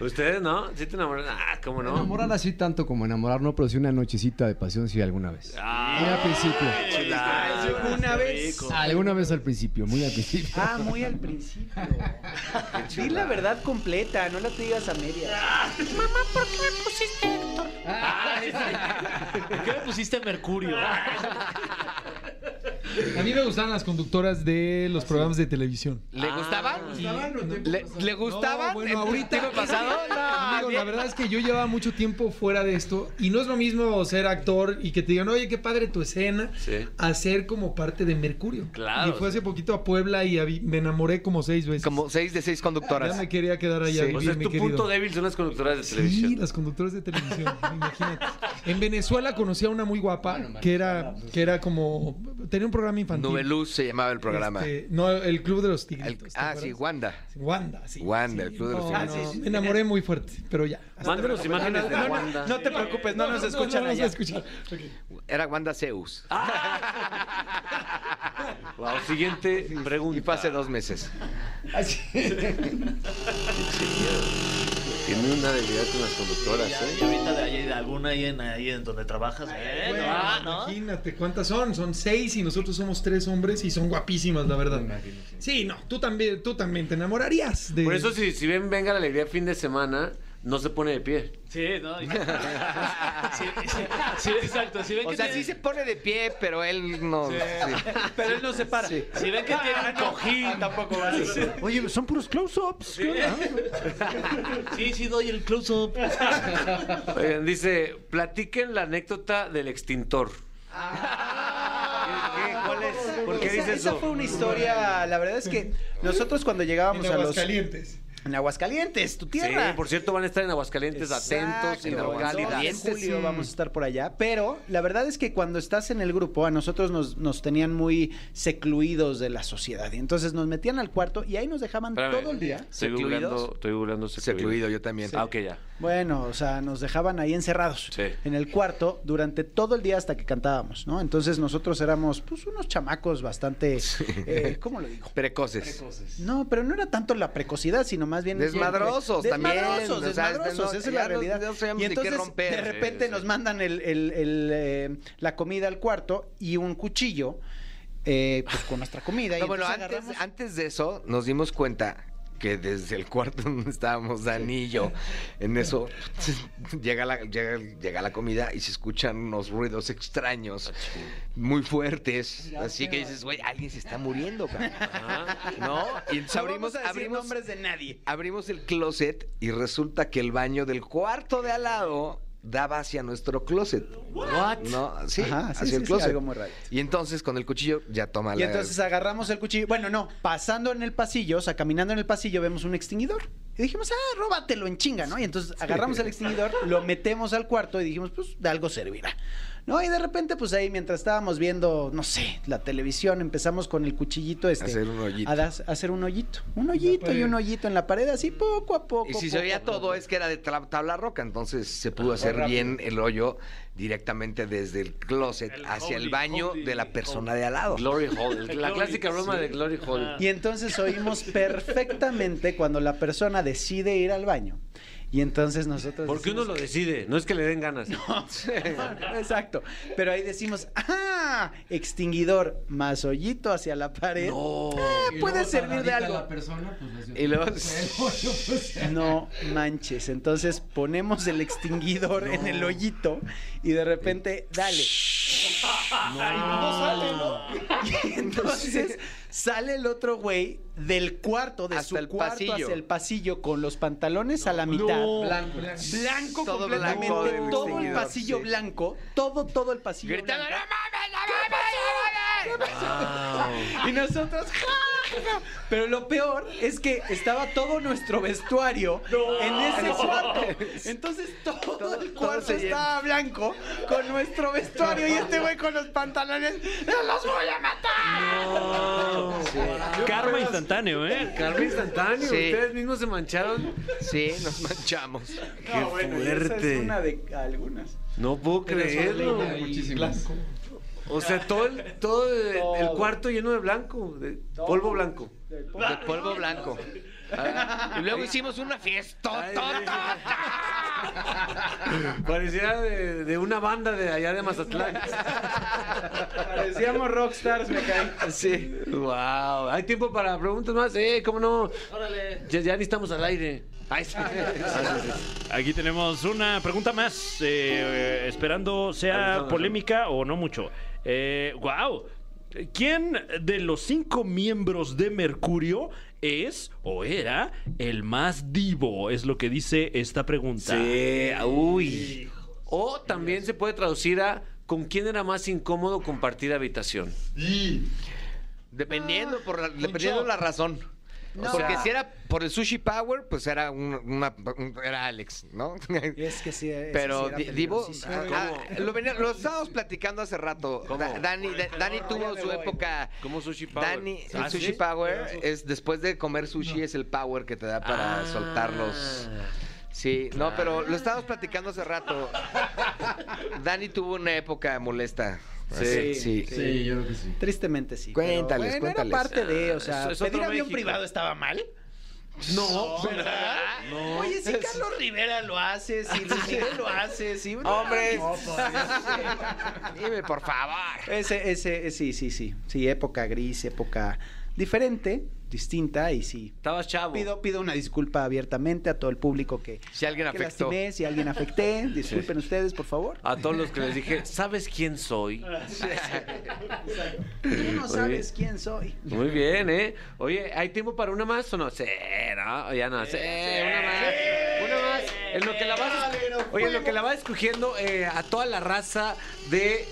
Speaker 2: ¿Ustedes no? ¿Sí te enamoraron? Ah, ¿cómo no?
Speaker 11: Enamorar así tanto como enamorar, no, pero sí una nochecita de pasión, sí, alguna vez.
Speaker 2: Ah.
Speaker 11: muy al principio.
Speaker 2: Chulada.
Speaker 7: Una vez.
Speaker 11: Alguna vez al principio, muy al principio.
Speaker 7: Ah, muy al principio. Di la verdad completa, no la te digas a medias.
Speaker 3: ¿Por qué me pusiste Mercurio?
Speaker 8: Ah.
Speaker 11: A mí me gustaban las conductoras de
Speaker 2: Ah,
Speaker 11: los programas de televisión.
Speaker 8: ¿Le gustaban? ¿Le, le gustaban?
Speaker 11: No, bueno,
Speaker 8: ¿En
Speaker 11: ahorita-
Speaker 8: tiempo pasado? No,
Speaker 11: Digo, la verdad es que yo llevaba mucho tiempo fuera de esto y no es lo mismo ser actor y que te digan, oye, qué padre tu escena,
Speaker 2: Sí.
Speaker 11: a ser como parte de Mercurio.
Speaker 2: Claro.
Speaker 11: Y fue hace poquito a Puebla y a- me enamoré como seis veces.
Speaker 8: Como seis de seis
Speaker 11: ya
Speaker 8: conductoras.
Speaker 11: me quería quedar allá.
Speaker 8: Sí.
Speaker 11: a
Speaker 2: O
Speaker 11: vivir,
Speaker 2: sea,
Speaker 11: mi
Speaker 2: tu
Speaker 11: querido.
Speaker 2: punto débil son las conductoras de televisión.
Speaker 11: Sí, las conductoras de televisión, imagínate. En Venezuela conocí a una muy guapa que era, que era como. Tenía un programa infantil.
Speaker 8: Nubeluz se llamaba el programa.
Speaker 11: Este, no, el Club de los
Speaker 8: El-
Speaker 11: Tigritos. ¿te
Speaker 8: ah, sí,
Speaker 11: acuerdas?
Speaker 8: Wanda.
Speaker 11: Sí, Wanda, sí.
Speaker 8: Wanda, el
Speaker 11: Sí,
Speaker 8: Club de los
Speaker 11: no,
Speaker 8: Tigritos.
Speaker 11: no, Me enamoré muy fuerte, pero ya.
Speaker 2: Mándenos imágenes de
Speaker 7: No, no,
Speaker 2: Wanda.
Speaker 7: no te preocupes, no nos escuchan
Speaker 11: no nos
Speaker 7: allá.
Speaker 11: escuchan. Ok.
Speaker 8: Era Wanda Zeus.
Speaker 7: Ah.
Speaker 2: Wow, siguiente pregunta.
Speaker 8: Y fue hace dos meses.
Speaker 2: Tiene una debilidad con las conductoras, ¿eh?
Speaker 3: Ya- Y ahorita de ahí, de alguna ahí en, ahí en donde trabajas. ¿eh?
Speaker 11: Bueno,
Speaker 3: Ah, ¿no?
Speaker 11: Imagínate cuántas son. Son seis y nosotros somos tres hombres y son guapísimas, la verdad. Sí, no, tú también, tú también te enamorarías de.
Speaker 2: Por eso, si, si ven, venga la alegría fin de semana, no se pone de pie.
Speaker 3: Sí, ¿no? Y- Sí, sí, sí, exacto. Si ven
Speaker 8: O
Speaker 3: que
Speaker 8: sea,
Speaker 3: tiene-
Speaker 8: sí se pone de pie, pero él no. sí.
Speaker 7: Pero él no se para.
Speaker 3: si ven que tiene un cojín. Tampoco va a
Speaker 4: Oye, son puros close-ups.
Speaker 3: Sí, sí, doy el close-up.
Speaker 2: Oigan, dice, platiquen la anécdota del extintor. ¿Qué- qué- ¿Cuál es? ¿Por qué
Speaker 7: Ah. Esa-
Speaker 2: dice
Speaker 7: esa
Speaker 2: eso?
Speaker 7: fue una historia, la verdad es que nosotros cuando llegábamos
Speaker 11: En
Speaker 7: a los...
Speaker 11: Aguascalientes.
Speaker 7: En Aguascalientes, tu
Speaker 2: Sí,
Speaker 7: tierra.
Speaker 2: por cierto, van a estar en Aguascalientes atentos, en
Speaker 7: Exacto.
Speaker 2: Aguascalientes.
Speaker 7: Entonces, En julio vamos a estar por allá. Pero la verdad es que cuando estás en el grupo, a nosotros nos, nos tenían muy secluidos de la sociedad. Y entonces nos metían al cuarto y ahí nos dejaban
Speaker 2: Espérame.
Speaker 7: todo el día.
Speaker 2: Estoy
Speaker 8: ¿Secluidos?
Speaker 2: googleando, estoy googleando secluido.
Speaker 8: Secluido, yo también.
Speaker 2: Ah, ok, ya.
Speaker 7: Bueno, o sea, nos dejaban ahí encerrados
Speaker 2: Sí.
Speaker 7: en el cuarto durante todo el día hasta que cantábamos, ¿no? Entonces nosotros éramos pues unos chamacos bastante... eh, ¿Cómo lo digo?
Speaker 8: Precoces.
Speaker 7: No, pero no era tanto la precocidad, sino más bien...
Speaker 8: Desmadrosos también,
Speaker 7: Desmadrosos,
Speaker 8: o sea,
Speaker 7: desmadrosos,
Speaker 8: no-
Speaker 7: esa es
Speaker 8: ya
Speaker 7: la
Speaker 8: no-
Speaker 7: realidad.
Speaker 8: no sabíamos
Speaker 7: y
Speaker 8: ni qué
Speaker 7: entonces,
Speaker 8: romper.
Speaker 7: de repente
Speaker 2: Sí, sí.
Speaker 7: nos mandan el- el- el, eh, la comida al cuarto y un cuchillo eh, pues, con nuestra comida. y
Speaker 8: No, bueno,
Speaker 7: entonces
Speaker 8: antes,
Speaker 7: agarramos-
Speaker 8: antes de eso nos dimos cuenta que desde el cuarto donde estábamos Dani y yo, en eso llega la, llega, llega la comida y se escuchan unos ruidos extraños, muy fuertes. Así que dices, güey, alguien se está muriendo, cabrón". ¿No? Y entonces
Speaker 7: No vamos
Speaker 8: abrimos,
Speaker 7: a decir
Speaker 8: abrimos,
Speaker 7: nombres de nadie.
Speaker 8: abrimos el closet y resulta que el baño del cuarto de al lado daba hacia nuestro closet.
Speaker 7: What?
Speaker 8: No, sí,
Speaker 7: Ajá, sí,
Speaker 8: hacia
Speaker 7: sí,
Speaker 8: el
Speaker 7: sí,
Speaker 8: closet.
Speaker 7: algo muy raro.
Speaker 8: Y entonces con el cuchillo ya toma
Speaker 7: Y
Speaker 8: la-
Speaker 7: entonces agarramos el cuchillo. Bueno, no, pasando en el pasillo, o sea, caminando en el pasillo, vemos un extinguidor. Y dijimos, ah, róbatelo en chinga, ¿no? Y entonces agarramos el extinguidor, lo metemos al cuarto y dijimos, pues de algo servirá. ¿No? Y de repente, pues ahí, mientras estábamos viendo, no sé, la televisión, empezamos con el cuchillito este.
Speaker 8: Hacer un hoyito.
Speaker 7: A das- a hacer un hoyito. Un hoyito y un hoyito en la pared, así poco a poco.
Speaker 8: Y si se
Speaker 7: poco
Speaker 8: oía
Speaker 7: a poco. Ah,
Speaker 8: todo es que era de tra- tabla roca, entonces se pudo hacer bien el hoyo directamente desde el closet hacia el baño de la persona de al lado.
Speaker 9: Glory Hall. La clásica broma de Glory Hall.
Speaker 7: Y entonces oímos perfectamente cuando la persona decide ir al baño. Y entonces nosotros.
Speaker 2: Porque uno
Speaker 7: decimos,
Speaker 2: lo decide, no es que le den ganas.
Speaker 7: Exacto. Pero ahí decimos, ¡ah! Extinguidor más hoyito hacia la pared. Ah, puede servir de algo.
Speaker 11: pues,
Speaker 8: Y luego
Speaker 7: pues, No manches. Entonces ponemos el extinguidor en el hoyito y de repente, dale. Y entonces sale el otro güey del cuarto, de
Speaker 8: Hasta
Speaker 7: su
Speaker 8: el
Speaker 7: cuarto
Speaker 8: pasillo.
Speaker 7: hacia el pasillo con los pantalones a la mitad.
Speaker 8: Blanco.
Speaker 7: Blanco
Speaker 8: Todo
Speaker 7: completamente,
Speaker 8: blanco del
Speaker 7: todo el
Speaker 8: extinguidor,
Speaker 7: pasillo
Speaker 8: sí.
Speaker 7: blanco, todo, todo el pasillo
Speaker 8: gritando,
Speaker 7: blanco.
Speaker 8: "¡No mames, no mames, no mames!".
Speaker 7: Y nosotros, ¡ja, ja! Pero lo peor es que estaba todo nuestro vestuario en ese cuarto. Entonces todo, el cuarto
Speaker 8: se llenó.
Speaker 7: estaba blanco con nuestro vestuario y este güey con los pantalones. ¡No los voy a matar!
Speaker 4: Karma instantáneo, ¿eh?
Speaker 2: Carmen instantáneo,
Speaker 8: Sí.
Speaker 2: ustedes mismos se mancharon.
Speaker 8: Sí, nos manchamos.
Speaker 2: Qué fuerte.
Speaker 7: es una de algunas.
Speaker 2: No puedo creerlo.
Speaker 11: Muchísimas.
Speaker 2: O sea, todo el, todo el, el cuarto lleno de blanco, de polvo blanco.
Speaker 8: De polvo blanco. Ah, Y luego hicimos una fiesta.
Speaker 2: Parecía de, de una banda de allá de Mazatlán.
Speaker 7: Parecíamos rockstars, me caí.
Speaker 2: Sí. Wow. ¿Hay tiempo para preguntas más? Eh, ¿cómo no? Ya, ya ni estamos al aire. Ay, sí.
Speaker 4: Aquí tenemos una pregunta más, eh, eh, esperando sea polémica o no mucho. Eh, wow. ¿Quién de los cinco miembros de Mercurio es o era el más divo? Es lo que dice esta pregunta.
Speaker 2: Sí, uy. O también se puede traducir a ¿con quién era más incómodo compartir habitación?
Speaker 8: Dependiendo por la, dependiendo la razón. Porque si era por el sushi power, pues era un- una, un- era Alex, ¿no?
Speaker 7: Es que sí, es
Speaker 8: Pero
Speaker 7: que sí era
Speaker 8: Di- Divo,
Speaker 7: peligrosísimo.
Speaker 8: ah, ah, lo, venía- lo estábamos platicando hace rato. Da- Dani, Da- Dani tuvo su época.
Speaker 2: ¿Cómo sushi power?
Speaker 8: Dani, el
Speaker 2: ¿Ah,
Speaker 8: sushi
Speaker 2: sí?
Speaker 8: power es después de comer sushi es el power que te da para
Speaker 7: Ah.
Speaker 8: soltar los. Sí, no, pero lo estábamos platicando hace rato. Dani tuvo una época molesta.
Speaker 7: Sí,
Speaker 8: Sí, sí.
Speaker 9: Sí, yo creo que sí.
Speaker 7: Tristemente sí.
Speaker 8: Cuéntales,
Speaker 7: pero, bueno,
Speaker 8: cuéntales.
Speaker 7: Era parte de, o sea,
Speaker 2: Ah, es- es
Speaker 7: pedir
Speaker 2: otro
Speaker 7: avión
Speaker 2: México.
Speaker 7: privado estaba mal.
Speaker 2: No,
Speaker 7: Oye, si Carlos Rivera lo hace, si Luis Miguel lo hace, pues, si
Speaker 8: Hombre, dime por favor.
Speaker 7: Ese, ese, eh, sí, sí, sí. Sí, época gris, época diferente, distinta y sí.
Speaker 2: estabas chavo.
Speaker 7: Pido, pido una disculpa abiertamente a todo el público que,
Speaker 8: Si alguien
Speaker 7: que
Speaker 8: afectó.
Speaker 7: lastimé, si alguien afecté, disculpen ustedes, por favor.
Speaker 2: A todos los que les dije, ¿sabes quién soy?
Speaker 7: Tú no
Speaker 2: Oye.
Speaker 7: sabes quién soy.
Speaker 2: Muy bien, ¿eh? Oye, ¿hay tiempo para una más o no? Sí, ¿no? Ya no, sí, una más. Una más. En lo que la vas, oye, en lo que la vas escogiendo eh, a toda la raza de...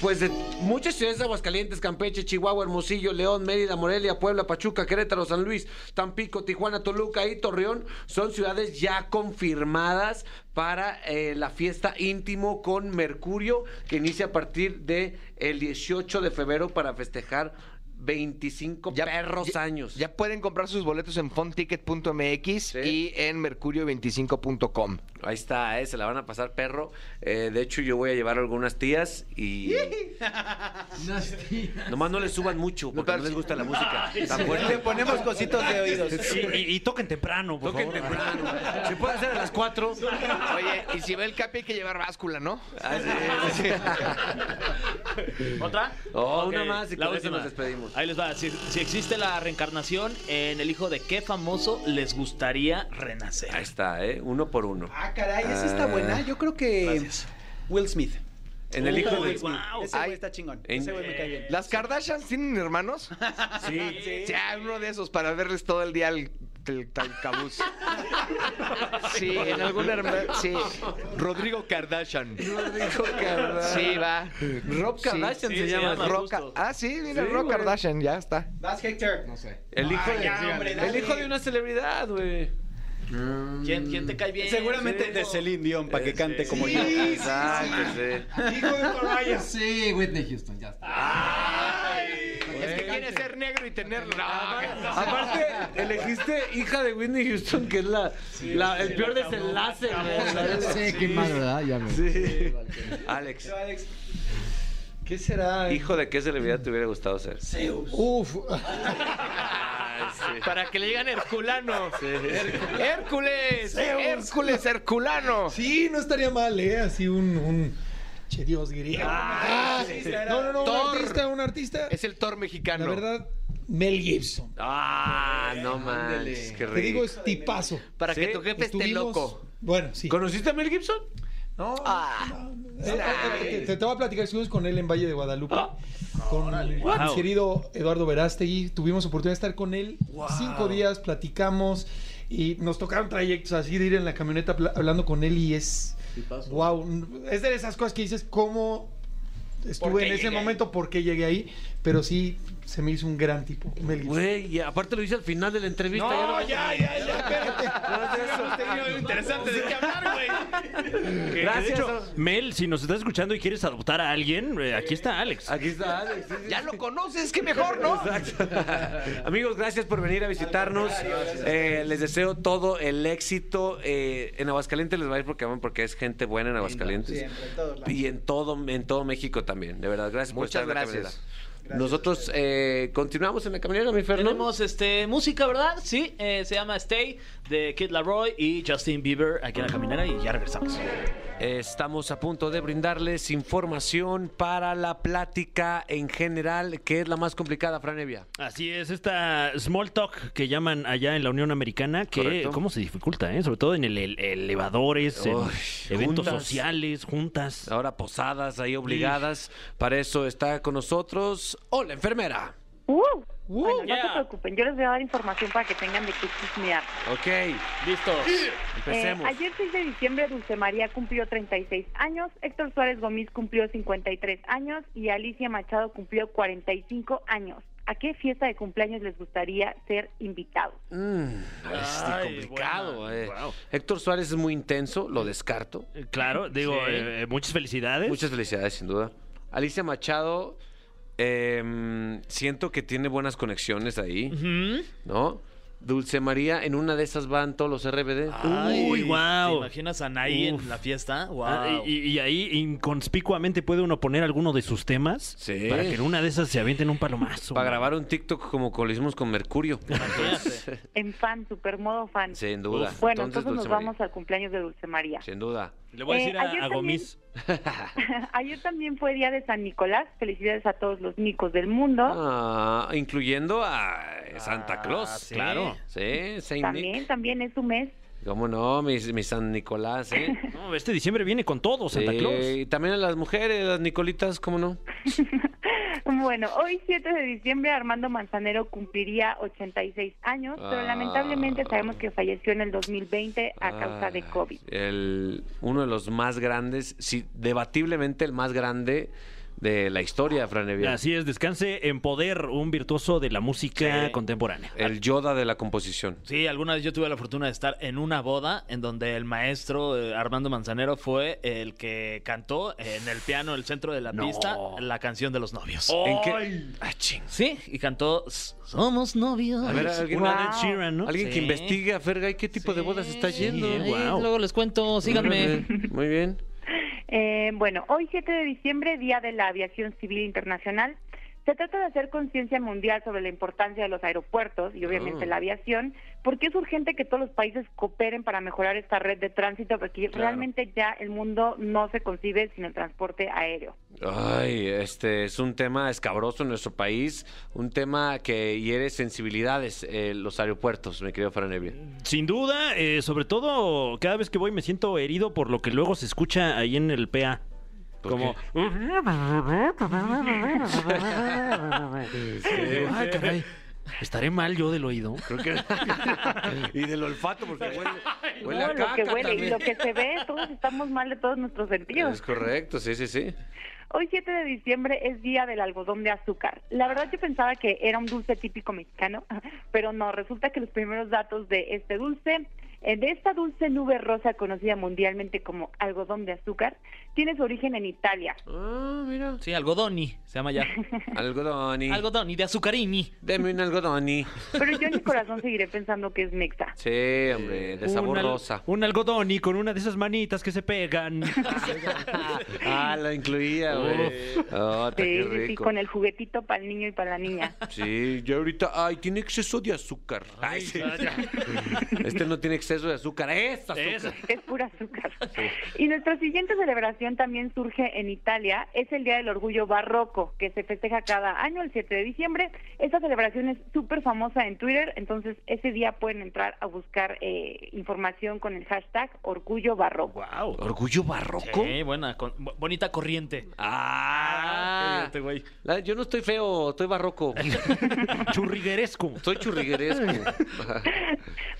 Speaker 2: Pues de muchas ciudades de Aguascalientes, Campeche, Chihuahua, Hermosillo, León, Mérida, Morelia, Puebla, Pachuca, Querétaro, San Luis, Tampico, Tijuana, Toluca y Torreón son ciudades ya confirmadas para eh, la fiesta íntimo con Mercurio que inicia a partir de el 18 de febrero para festejar 25 perros
Speaker 8: ya-
Speaker 2: años.
Speaker 8: Ya pueden comprar sus boletos en fonticket.mx
Speaker 2: Sí.
Speaker 8: y en mercurio25.com.
Speaker 2: Ahí está, eh, se la van a pasar perro. Eh, de hecho, yo voy a llevar algunas tías y. Nomás no les suban mucho porque no les gusta la música. Tan fuerte.
Speaker 7: Le ponemos cositos de oídos.
Speaker 4: Sí, y, y toquen temprano, por
Speaker 2: Toquen
Speaker 4: favor.
Speaker 2: temprano. Se puede hacer a las 4.
Speaker 8: Oye, y si ve el capi hay que llevar báscula, ¿no?
Speaker 3: ¿Otra?
Speaker 2: Oh,
Speaker 3: Ok,
Speaker 2: una más y
Speaker 3: la
Speaker 2: con eso
Speaker 3: última.
Speaker 2: nos despedimos.
Speaker 8: Vamos.
Speaker 3: Ahí les va. Si, si existe la reencarnación, en el hijo de qué famoso les gustaría renacer.
Speaker 2: Ahí está, ¿eh? Uno por uno.
Speaker 7: Ah, caray, esa está buena. Yo creo que Will Smith.
Speaker 2: En el hijo
Speaker 3: Uy,
Speaker 2: de...
Speaker 3: guau.
Speaker 7: Ese
Speaker 8: Ay.
Speaker 7: güey está chingón.
Speaker 2: En-
Speaker 7: Ese güey me cae bien.
Speaker 8: ¿Las Kardashians tienen hermanos?
Speaker 2: Sí.
Speaker 8: Ya, uno de esos para verles todo el día el, el talcabuz. Sí, en algún hermano. Sí. Rodrigo Kardashian.
Speaker 2: Rodrigo Kardashian.
Speaker 8: Sí, va.
Speaker 2: Rob Kardashian se llama.
Speaker 3: llama.
Speaker 8: Rob Ka-
Speaker 3: justo.
Speaker 8: ah, sí, mira,
Speaker 2: Sí,
Speaker 8: Rob
Speaker 2: güey.
Speaker 8: Kardashian, ya está.
Speaker 7: Vas, Hector. No sé.
Speaker 2: El hijo,
Speaker 7: Ay,
Speaker 2: de,
Speaker 7: ya, hombre,
Speaker 2: el
Speaker 7: dale.
Speaker 2: hijo de una celebridad, güey.
Speaker 3: ¿Quién, quién te cae bien?
Speaker 7: Seguramente de Celine Dion para que cante como yo.
Speaker 8: Exacto, sí.
Speaker 7: Hijo de Mariah.
Speaker 9: Sí, Whitney Houston, ya está.
Speaker 8: Es que quiere ser negro y tener. No, no.
Speaker 2: Aparte, elegiste hija de Whitney Houston, que es la, la- el peor desenlace, güey. la-
Speaker 9: Sí, qué mal, ¿verdad? Ya me...
Speaker 2: Sí. Alex,
Speaker 11: ¿Qué será?
Speaker 2: ¿hijo de qué celebridad te hubiera gustado ser?
Speaker 11: Uf.
Speaker 8: Para que le digan Herculano. Hércules. Hércules, Herculano.
Speaker 11: Sí, no estaría mal, ¿eh? Así un. un... Che, Dios griego. Ah, no, no, no,
Speaker 8: Thor.
Speaker 11: un artista, un artista.
Speaker 8: Es el Thor mexicano.
Speaker 11: La verdad, Mel Gibson.
Speaker 2: Ah, no manches, qué
Speaker 11: Te digo,
Speaker 2: rico.
Speaker 11: es tipazo.
Speaker 8: Para que
Speaker 2: Sí,
Speaker 8: tu jefe esté
Speaker 11: Estuvimos-
Speaker 8: loco. Ah.
Speaker 11: Bueno, sí.
Speaker 2: ¿Conociste a Mel Gibson?
Speaker 11: No, no, eh, eh, eh, te, te voy a platicar, estuvimos con él en Valle de Guadalupe.
Speaker 3: Ah.
Speaker 11: Con mi
Speaker 4: Wow.
Speaker 11: querido Eduardo Verástegui, tuvimos oportunidad de estar con él cinco días, platicamos y nos tocaron trayectos así de ir en la camioneta pla- hablando con él y es wow, es de esas cosas que dices cómo
Speaker 3: ¿Por
Speaker 11: estuve
Speaker 3: qué
Speaker 11: en ese
Speaker 3: llegué ahí?
Speaker 11: momento, por qué llegué ahí, pero sí se me hizo un gran tipo. Mel Gibson.
Speaker 2: Güey, y aparte lo hice al final de la entrevista. ya No, ya, ya, ya,
Speaker 4: Pues
Speaker 3: Interesante de qué hablar, güey.
Speaker 4: Que, de
Speaker 2: Gracias.
Speaker 4: hecho, Mel, si nos estás escuchando y quieres adoptar a alguien, eh, aquí está Alex.
Speaker 2: Aquí está Alex. sí, sí,
Speaker 8: Ya
Speaker 2: sí.
Speaker 8: lo conoces, que mejor, ¿no?
Speaker 2: Exacto. Amigos, gracias por venir a visitarnos. Eh, les deseo todo el éxito. Eh, en Aguascalientes les va a ir porque, porque es gente buena en Aguascalientes.
Speaker 7: Siempre, en todos lados.
Speaker 2: y en todo, en todo México también, de verdad. Gracias por estar
Speaker 8: Muchas
Speaker 2: en la
Speaker 8: gracias.
Speaker 2: caminera. Nosotros eh, continuamos en la caminera, mi Fernando.
Speaker 3: Tenemos este, música, ¿verdad? Sí, eh, se llama Stay de Kid Laroi y Justin Bieber aquí en la caminera y ya regresamos.
Speaker 2: Estamos a punto de brindarles información para la plática en general, que es la más complicada, Franevia.
Speaker 4: Así es, esta small talk que llaman allá en la Unión Americana, que
Speaker 2: Correcto.
Speaker 4: cómo se dificulta, eh? sobre todo en el, el- elevadores, en
Speaker 2: Uy,
Speaker 4: eventos
Speaker 2: juntas.
Speaker 4: sociales, juntas.
Speaker 2: Ahora posadas ahí obligadas. Para eso está con nosotros. Hola, enfermera.
Speaker 12: Uh, bueno, no
Speaker 3: Yeah.
Speaker 12: se preocupen, yo les voy a dar información para que tengan de qué chismear.
Speaker 2: Ok,
Speaker 3: Listo.
Speaker 2: empecemos.
Speaker 12: Eh, ayer 6 de diciembre Dulce María cumplió 36 años, Héctor Suárez Gomis cumplió 53 años y Alicia Machado cumplió 45 años. ¿A qué fiesta de cumpleaños les gustaría ser invitados?
Speaker 2: Mm, este,
Speaker 3: Ay,
Speaker 2: complicado.
Speaker 3: buena.
Speaker 2: eh.
Speaker 4: Wow.
Speaker 2: Héctor Suárez es muy intenso, lo descarto.
Speaker 4: Eh, Claro, digo,
Speaker 3: Sí.
Speaker 4: eh, eh, muchas felicidades.
Speaker 2: Muchas felicidades, sin duda. Alicia Machado, em, siento que tiene buenas conexiones ahí,
Speaker 3: Ujú.
Speaker 2: ¿no? Dulce María, en una de esas van todos los RBD.
Speaker 3: Ah,
Speaker 4: Uy,
Speaker 3: Ay,
Speaker 4: guau.
Speaker 3: ¿Te imaginas a Anaí
Speaker 4: Uf.
Speaker 3: en la fiesta?
Speaker 4: Ah,
Speaker 3: Wow.
Speaker 4: y, y- y ahí inconspicuamente puede uno poner alguno de sus temas
Speaker 2: Sí.
Speaker 4: para que en una de esas se avienten un palomazo.
Speaker 2: Para grabar un TikTok como lo hicimos con Mercurio.
Speaker 12: En fan, supermodo fan.
Speaker 2: Sin duda.
Speaker 12: bueno, entonces, nos
Speaker 2: Dulce María.
Speaker 12: vamos al cumpleaños de Dulce María.
Speaker 2: Sin duda.
Speaker 4: Le voy a
Speaker 12: Eh,
Speaker 4: decir a,
Speaker 12: ayer
Speaker 4: a
Speaker 12: también-
Speaker 4: Gomis.
Speaker 12: Ayer también fue día de San Nicolás. Felicidades a todos los nicos del mundo.
Speaker 2: Ah, incluyendo a Santa Claus.
Speaker 3: Ah, sí.
Speaker 2: Claro. Sí, Saint
Speaker 12: también,
Speaker 2: Nick.
Speaker 12: también es su mes.
Speaker 2: ¿Cómo no? Mi, mi San Nicolás, ¿eh?
Speaker 4: No, este diciembre viene con todo, Santa
Speaker 2: Sí,
Speaker 4: Claus.
Speaker 2: Y también a las mujeres, las Nicolitas, ¿cómo no?
Speaker 12: Bueno, hoy 7 de diciembre Armando Manzanero cumpliría 86 años, pero
Speaker 2: Ah.
Speaker 12: lamentablemente sabemos que falleció en el 2020 a causa de
Speaker 2: Ah,
Speaker 12: COVID.
Speaker 2: El, uno de los más grandes, sí, debatiblemente el más grande de la historia, Fran Evia.
Speaker 4: Así es, descanse en poder, un virtuoso de la música
Speaker 3: Sí.
Speaker 4: contemporánea.
Speaker 2: El Yoda de la composición.
Speaker 3: Sí, alguna vez yo tuve la fortuna de estar en una boda en donde el maestro eh, Armando Manzanero fue el que cantó en el piano, el centro de la
Speaker 4: No.
Speaker 3: pista, la canción de los novios.
Speaker 2: ¿En qué? Ah, ching.
Speaker 3: Sí, y cantó S- Somos novios.
Speaker 2: A ver, alguien,
Speaker 12: Wow.
Speaker 4: Una de Sheeran, ¿no?
Speaker 2: alguien que
Speaker 3: Sí.
Speaker 2: investigue a Fergay qué tipo de bodas está
Speaker 3: Sí,
Speaker 2: yendo.
Speaker 3: eh,
Speaker 4: guau.
Speaker 3: Luego les cuento, síganme.
Speaker 2: Muy bien.
Speaker 12: Eh, bueno, hoy 7 de diciembre, Día de la Aviación Civil Internacional. Se trata de hacer conciencia mundial sobre la importancia de los aeropuertos y obviamente
Speaker 2: Oh.
Speaker 8: Mm.
Speaker 12: la aviación, porque es urgente que todos los países cooperen para mejorar esta red de tránsito, porque
Speaker 8: Claro.
Speaker 12: realmente ya el mundo no se concibe sin el transporte aéreo.
Speaker 2: Ay, este es un tema escabroso en nuestro país, un tema que hiere sensibilidades, eh, los aeropuertos, mi querido Fran Evia.
Speaker 4: Sin duda, eh, sobre todo cada vez que voy me siento herido por lo que luego se escucha ahí en el PA.
Speaker 2: ¿Por
Speaker 4: Como, digo, "Ay, caray, ¿estaré mal yo del oído?
Speaker 2: Creo que- y del olfato, porque huele, huele
Speaker 12: No,
Speaker 2: a
Speaker 12: lo
Speaker 2: caca
Speaker 12: que huele y
Speaker 2: también.
Speaker 12: lo que se ve, todos estamos mal de todos nuestros
Speaker 2: Es
Speaker 12: sentidos.
Speaker 2: correcto, sí, sí, sí.
Speaker 12: Hoy 7 de diciembre es día del algodón de azúcar. La verdad yo pensaba que era un dulce típico mexicano, pero no, resulta que los primeros datos de este dulce, eh, de esta dulce nube rosa conocida mundialmente como algodón de azúcar, tiene su origen en Italia.
Speaker 2: Ah, mira.
Speaker 3: Sí, algodoni, se llama ya.
Speaker 2: Algodoni.
Speaker 3: Algodoni, de azucarini.
Speaker 2: Deme un algodoni.
Speaker 12: Pero yo en mi corazón seguiré pensando que es mexa.
Speaker 2: Sí, hombre, de sabor
Speaker 4: Un al-
Speaker 2: rosa.
Speaker 4: Un algodón y con una de esas manitas que se pegan.
Speaker 2: Ah, lo incluía, güey. Oh,
Speaker 12: Sí,
Speaker 2: qué
Speaker 12: sí, sí,
Speaker 2: rico.
Speaker 12: con el juguetito para el niño y para la niña.
Speaker 2: Sí, ya ahorita, ay, tiene exceso de azúcar. Ay, sí. Este no tiene exceso de azúcar, es azúcar.
Speaker 12: Es pura azúcar. Y nuestra siguiente celebración también surge en Italia. Es el Día del Orgullo Barroco, que se festeja cada año el 7 de diciembre. Esta celebración es súper famosa en Twitter, entonces ese día pueden entrar a buscar eh, información con el hashtag Orgullo Barroco.
Speaker 4: wow.
Speaker 2: ¿Orgullo barroco?
Speaker 3: Sí, buena, con- bo- bonita corriente.
Speaker 2: Ah,
Speaker 3: Este güey.
Speaker 2: La- yo no estoy feo, estoy barroco.
Speaker 4: Churrigueresco.
Speaker 2: Soy churrigueresco.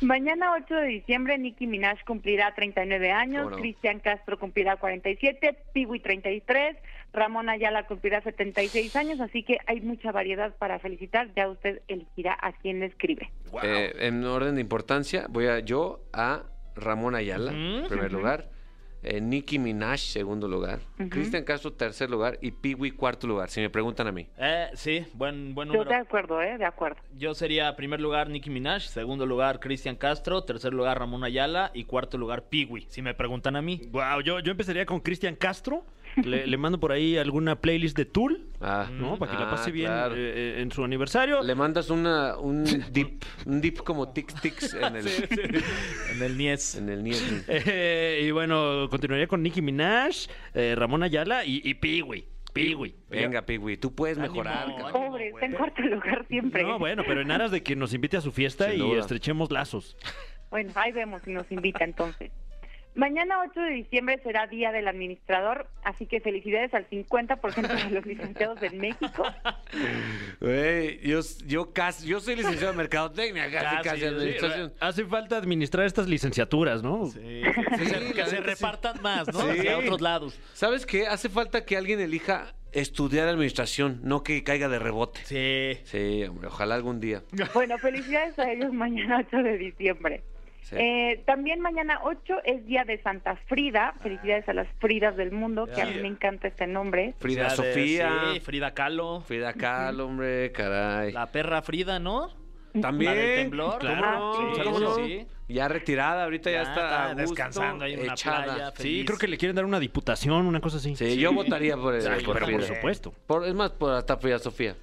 Speaker 12: Mañana 8 de diciembre Nicki Minaj cumplirá 39 años,
Speaker 2: ¿Cómo no?
Speaker 12: Cristian Castro cumplirá 47, Piwi 33, Ramón Ayala cumplirá 76 años, así que hay mucha variedad para felicitar. Ya usted elegirá a quién le escribe.
Speaker 2: Eh, en orden de importancia, voy a yo a Ramón Ayala, en
Speaker 3: Ujú.
Speaker 2: primer lugar. eh, Nicki Minaj, segundo lugar. Cristian Castro, tercer lugar. Y Piwi, cuarto lugar, si me preguntan a mí.
Speaker 3: Eh, sí, buen, buen
Speaker 12: Yo de
Speaker 3: número.
Speaker 12: acuerdo, ¿eh? De acuerdo.
Speaker 3: Yo sería primer lugar Nicki Minaj, segundo lugar Cristian Castro, tercer lugar Ramón Ayala y cuarto lugar Piwi, si me preguntan a mí.
Speaker 4: Wow, yo, yo empezaría con Cristian Castro. Le, le mando por ahí alguna playlist de Tool,
Speaker 2: Ah,
Speaker 3: Mm,
Speaker 4: ¿no? Para que la
Speaker 2: ah,
Speaker 4: pase bien
Speaker 2: claro.
Speaker 4: eh, eh, en su aniversario.
Speaker 2: Le mandas una, un dip, un dip como tics tics en el,
Speaker 3: En el Nies.
Speaker 2: en el nieve.
Speaker 4: Eh, y bueno, continuaría con Nicki Minaj, eh, Ramón Ayala y, y Piwi. Piwi.
Speaker 2: Venga, Piwi, tú puedes mejorar. cabrón.
Speaker 12: Pobre, está en cuarto lugar siempre.
Speaker 4: No, bueno, pero en aras de que nos invite a su fiesta
Speaker 2: Sin
Speaker 4: y
Speaker 2: duda.
Speaker 4: estrechemos lazos.
Speaker 12: Bueno, ahí vemos si nos invita entonces. Mañana 8 de diciembre será Día del Administrador, así que felicidades al 50% de los licenciados en México.
Speaker 2: Güey, yo, yo casi, yo soy licenciado en mercadotecnia,
Speaker 4: Ah,
Speaker 2: casi, casi,
Speaker 3: Casi, sí.
Speaker 2: administración.
Speaker 4: Hace falta administrar estas licenciaturas, ¿no?
Speaker 3: Sí, que se-
Speaker 2: la
Speaker 3: que se
Speaker 2: neta,
Speaker 3: repartan más, ¿no?
Speaker 2: Sí.
Speaker 3: Hacia otros lados.
Speaker 2: ¿Sabes qué? Hace falta que alguien elija estudiar administración, no que caiga de rebote.
Speaker 3: Sí.
Speaker 2: Sí, hombre, ojalá algún día.
Speaker 12: Bueno, felicidades a ellos mañana 8 de diciembre.
Speaker 2: Sí.
Speaker 12: Eh, también mañana 8 es Día de Santa Frida. Felicidades a las Fridas del mundo, que a mí me encanta este nombre.
Speaker 2: Frida
Speaker 3: Sea de-
Speaker 2: Sofía,
Speaker 3: sí, Frida Kahlo.
Speaker 2: Frida Kahlo, hombre, caray.
Speaker 3: La perra Frida, ¿no?
Speaker 2: También.
Speaker 3: la del temblor.
Speaker 2: ¿Cómo
Speaker 12: Claro,
Speaker 2: no?
Speaker 12: sí,
Speaker 2: ¿Cómo no?
Speaker 3: sí.
Speaker 2: Ya retirada, ahorita
Speaker 3: Ya
Speaker 2: ya, está,
Speaker 3: está
Speaker 2: a gusto,
Speaker 3: descansando ahí en una
Speaker 2: echada.
Speaker 3: playa.
Speaker 4: Sí,
Speaker 3: Feliz.
Speaker 4: creo que le quieren dar una diputación, una cosa así.
Speaker 2: Sí, yo votaría por, el,
Speaker 4: Ay, pero por
Speaker 2: Frida. ¿eh?
Speaker 4: supuesto.
Speaker 2: Por- es más, por hasta Frida Sofía.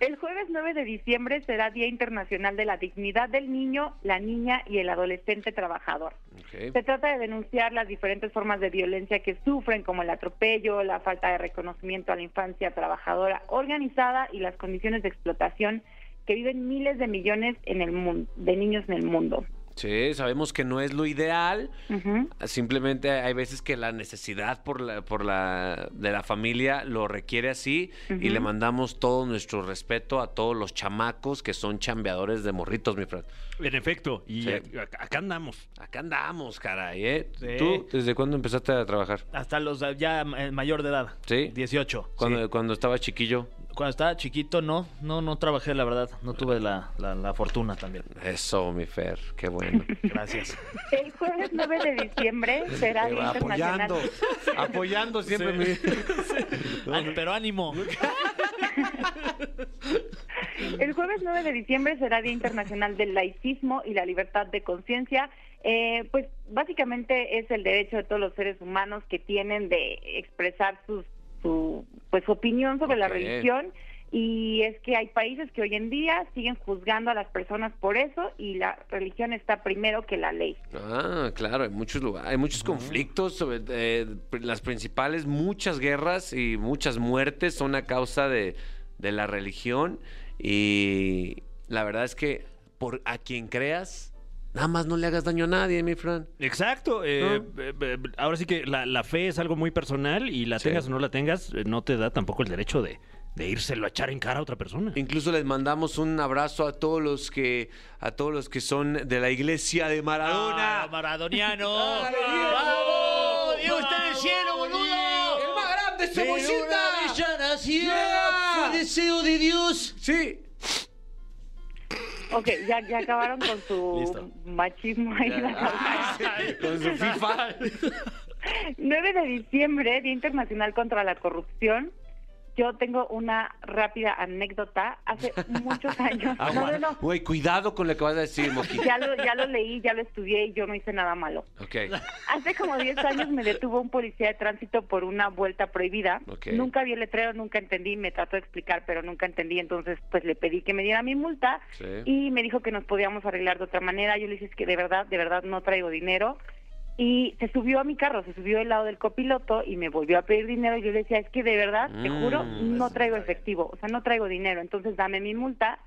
Speaker 12: El jueves 9 de diciembre será Día Internacional de la Dignidad del Niño, la Niña y el Adolescente Trabajador.
Speaker 2: Ok.
Speaker 12: Se trata de denunciar las diferentes formas de violencia que sufren, como el atropello, la falta de reconocimiento a la infancia trabajadora organizada y las condiciones de explotación que viven miles de millones en el mundo, de niños en el mundo.
Speaker 2: Sí, sabemos que no es lo ideal.
Speaker 12: Ujú.
Speaker 2: Simplemente hay veces que la necesidad por la, por la, de la familia lo requiere así y
Speaker 12: Ujú.
Speaker 2: le mandamos todo nuestro respeto a todos los chamacos que son chambeadores de morritos, mi Fran.
Speaker 4: En efecto, y
Speaker 2: Sí.
Speaker 4: ac- ac- acá andamos.
Speaker 2: Acá andamos, caray, ¿eh?
Speaker 3: Sí.
Speaker 2: ¿Tú desde cuándo empezaste a trabajar?
Speaker 3: Hasta los eh, ya eh, mayor de edad.
Speaker 2: Sí.
Speaker 3: 18.
Speaker 2: Cuando,
Speaker 3: sí.
Speaker 2: cuando estaba chiquillo.
Speaker 3: Cuando estaba chiquito, no, no, no trabajé, la verdad. No tuve la, la- la fortuna también.
Speaker 2: Eso, mi Fer, qué bueno.
Speaker 3: Gracias.
Speaker 12: El jueves 9 de diciembre será
Speaker 2: Te
Speaker 12: Día
Speaker 2: va
Speaker 12: Internacional.
Speaker 2: apoyando, apoyando siempre.
Speaker 3: Ay, pero ánimo.
Speaker 12: El jueves 9 de diciembre será Día Internacional del Laicismo y la Libertad de Conciencia. Eh, pues básicamente es el derecho de todos los seres humanos que tienen de expresar sus, su, pues, pues su opinión sobre la
Speaker 6: Ok.
Speaker 12: religión y es que hay países que hoy en día siguen juzgando a las personas por eso y la religión está primero que la ley.
Speaker 2: Ah, claro, hay muchos lugares, hay muchos conflictos, sobre eh, pr- las principales, muchas guerras y muchas muertes son a causa de, de la religión. Y la verdad es que por a quien creas, nada más no le hagas daño a nadie, mi Fran.
Speaker 4: Exacto.
Speaker 2: Ah.
Speaker 4: eh, eh, eh, Ahora sí que la, la fe es algo muy personal y la
Speaker 2: Sí.
Speaker 4: tengas o no la tengas, eh, no te da tampoco el derecho de, de írselo a echar en cara a otra persona.
Speaker 2: Incluso les mandamos un abrazo a todos los que a todos los que son de la iglesia de Maradona.
Speaker 3: ¡Ah, maradoniano! ¡Vamos!
Speaker 2: ¡Vamos!
Speaker 3: ¡Dios está en el cielo, boludo!
Speaker 2: ¡El más grande,
Speaker 3: De una bella naciera fue deseo de Dios.
Speaker 2: Sí.
Speaker 12: Ok, ya, ya acabaron con su
Speaker 2: Listo.
Speaker 12: machismo ahí.
Speaker 2: Ya. Ah,
Speaker 12: la-
Speaker 2: Con su FIFA.
Speaker 12: 9 de diciembre, Día Internacional contra la Corrupción. Yo tengo una rápida anécdota. Hace muchos años.
Speaker 2: Ah,
Speaker 12: No, no,
Speaker 2: guau.
Speaker 12: no.
Speaker 2: Güey, cuidado con lo que vas a decir, Moqui.
Speaker 12: Ya lo, ya lo leí, ya lo estudié y yo no hice nada malo.
Speaker 2: Ok.
Speaker 12: Hace como 10 años me detuvo un policía de tránsito por una vuelta prohibida.
Speaker 2: Ok.
Speaker 12: Nunca vi el letrero, nunca entendí, me trató de explicar, pero nunca entendí. Entonces, pues le pedí que me diera mi multa
Speaker 2: Sí.
Speaker 12: y me dijo que nos podíamos arreglar de otra manera. Yo le dije "Es que de verdad, de verdad no traigo dinero. Y se subió a mi carro, se subió del lado del copiloto y me volvió a pedir dinero. Y yo le decía, es que de verdad, te juro,
Speaker 2: Mm,
Speaker 12: no traigo efectivo, o sea, no traigo dinero, entonces dame mi multa.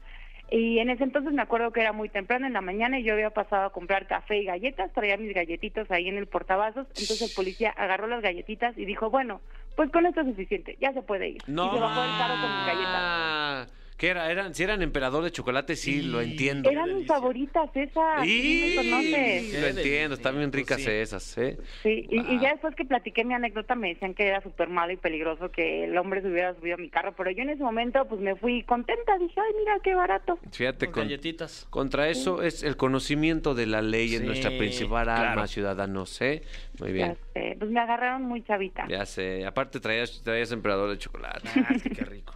Speaker 12: Y en ese entonces me acuerdo que era muy temprano en la mañana y yo había pasado a comprar café y galletas, traía mis galletitos ahí en el portavasos, entonces el policía agarró las galletitas y dijo, bueno, pues con esto es suficiente, ya se puede ir. y se bajó del carro con mis galletas.
Speaker 2: Ah, ¿Qué era? Eran, si eran emperador de chocolate, sí, lo entiendo.
Speaker 12: Eran mis favoritas esas, sí
Speaker 2: Y-
Speaker 12: me conoces.
Speaker 2: Lo entiendo, están bien ricas
Speaker 3: Pues
Speaker 2: esas, ¿eh?
Speaker 12: Sí, y, y ya después que platiqué mi anécdota me decían que era súper malo y peligroso que el hombre se hubiera subido a mi carro, pero yo en ese momento pues me fui contenta, dije, ay, mira qué barato.
Speaker 2: Fíjate, con-
Speaker 3: Galletitas.
Speaker 2: contra eso es el conocimiento de la ley en
Speaker 3: Sí,
Speaker 2: nuestra principal
Speaker 4: claro.
Speaker 2: arma, ciudadanos, ¿eh? Muy bien.
Speaker 12: Ya sé, pues me agarraron muy chavita.
Speaker 2: Ya sé, aparte traías, traías emperador de chocolate.
Speaker 3: qué rico.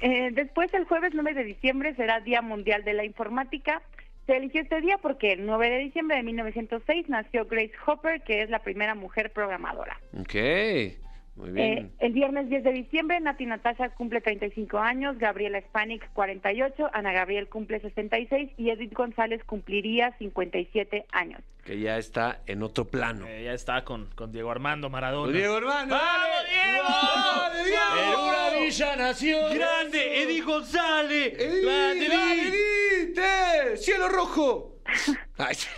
Speaker 12: Eh, después, el jueves 9 de diciembre, será Día Mundial de la Informática. Se eligió este día porque el 9 de diciembre de 1906 nació Grace Hopper, que es la primera mujer programadora.
Speaker 2: Ok, muy
Speaker 12: Eh,
Speaker 2: bien.
Speaker 12: el viernes 10 de diciembre, Nati Natasha cumple 35 años, Gabriela Spanik 48, Ana Gabriel cumple 66 y Edith González cumpliría 57 años.
Speaker 2: Que ya está en otro plano.
Speaker 3: Eh, ya está con, con Diego Armando Maradona.
Speaker 2: Diego, hermano.
Speaker 3: ¡Vamos, Diego!
Speaker 1: ¡Vale, Diego!
Speaker 3: En una villa nació. ¡Grande, Eddie González! ¡Grande, Eddie!
Speaker 1: ¡Elite! ¡Cielo rojo!
Speaker 2: Ay, sí.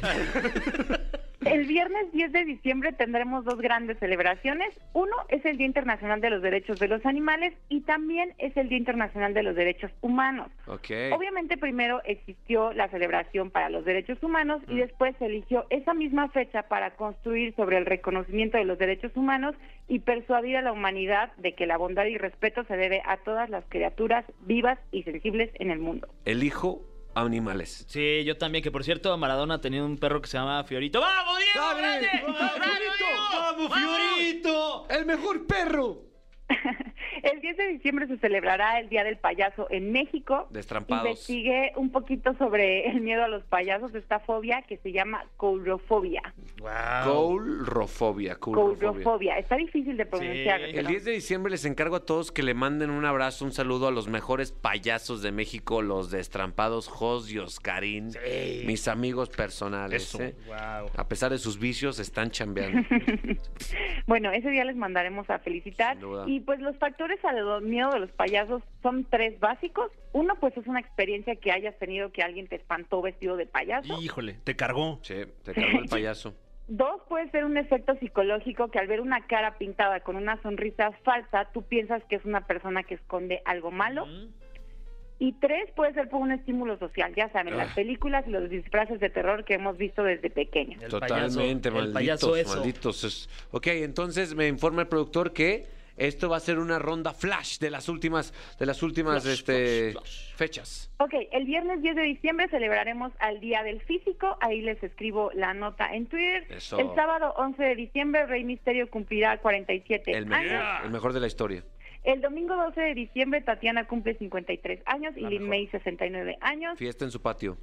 Speaker 12: El viernes 10 de diciembre tendremos dos grandes celebraciones. Uno es el Día Internacional de los Derechos de los Animales y también es el Día Internacional de los Derechos Humanos.
Speaker 2: Ok.
Speaker 12: Obviamente primero existió la celebración para los derechos humanos
Speaker 2: Mm.
Speaker 12: y después se eligió esa misma fecha para construir sobre el reconocimiento de los derechos humanos y persuadir a la humanidad de que la bondad y respeto se debe a todas las criaturas vivas y sensibles en el mundo.
Speaker 2: Elijo animales.
Speaker 3: Sí, yo también, que por cierto, Maradona tenía un perro que se llamaba Fiorito. ¡Vamos, Diego!
Speaker 1: ¡Dale!
Speaker 3: ¡Grande!
Speaker 1: ¡Vamos, Fiorito!
Speaker 3: Diego!
Speaker 1: ¡Vamos,
Speaker 3: Fiorito!
Speaker 1: ¡El mejor perro!
Speaker 12: El 10 de diciembre se celebrará el Día del Payaso en México.
Speaker 2: Destrampados.
Speaker 12: Investigué un poquito sobre el miedo a los payasos, esta fobia que se llama courofobia.
Speaker 2: Coulrofobia. Coulrofobia.
Speaker 12: Courofobia. Está difícil de pronunciar.
Speaker 3: Sí.
Speaker 2: El 10 de diciembre les encargo a todos que le manden un abrazo, un saludo a los mejores payasos de México, los destrampados Jos y Oscarín, mis amigos personales. ¿eh? A pesar de sus vicios, están chambeando.
Speaker 12: Bueno, ese día les mandaremos a felicitar.
Speaker 2: Sin duda.
Speaker 12: Y pues los factores al miedo de los payasos son tres básicos. Uno, pues es una experiencia que hayas tenido que alguien te espantó vestido de payaso.
Speaker 4: Híjole, te cargó.
Speaker 2: Che, te cargó el payaso.
Speaker 12: Dos, puede ser un efecto psicológico que al ver una cara pintada con una sonrisa falsa, tú piensas que es una persona que esconde algo malo. Y tres, puede ser por un estímulo social, ya saben,
Speaker 2: Ah.
Speaker 12: las películas y los disfraces de terror que hemos visto desde pequeños.
Speaker 3: El
Speaker 2: Totalmente,
Speaker 3: payaso, el
Speaker 2: malditos,
Speaker 3: payaso eso.
Speaker 2: malditos. Es- Ok, entonces me informa el productor que esto va a ser una ronda flash de las últimas, de las últimas este, fechas.
Speaker 12: Ok, el viernes 10 de diciembre celebraremos al Día del Físico, ahí les escribo la nota en Twitter.
Speaker 2: Eso.
Speaker 12: El sábado 11 de diciembre, Rey Misterio cumplirá 47
Speaker 2: El mejor,
Speaker 3: Ah.
Speaker 12: años.
Speaker 2: el mejor de la historia.
Speaker 12: El domingo 12 de diciembre, Tatiana cumple 53 años y Lin May 69 años.
Speaker 2: Fiesta en su patio.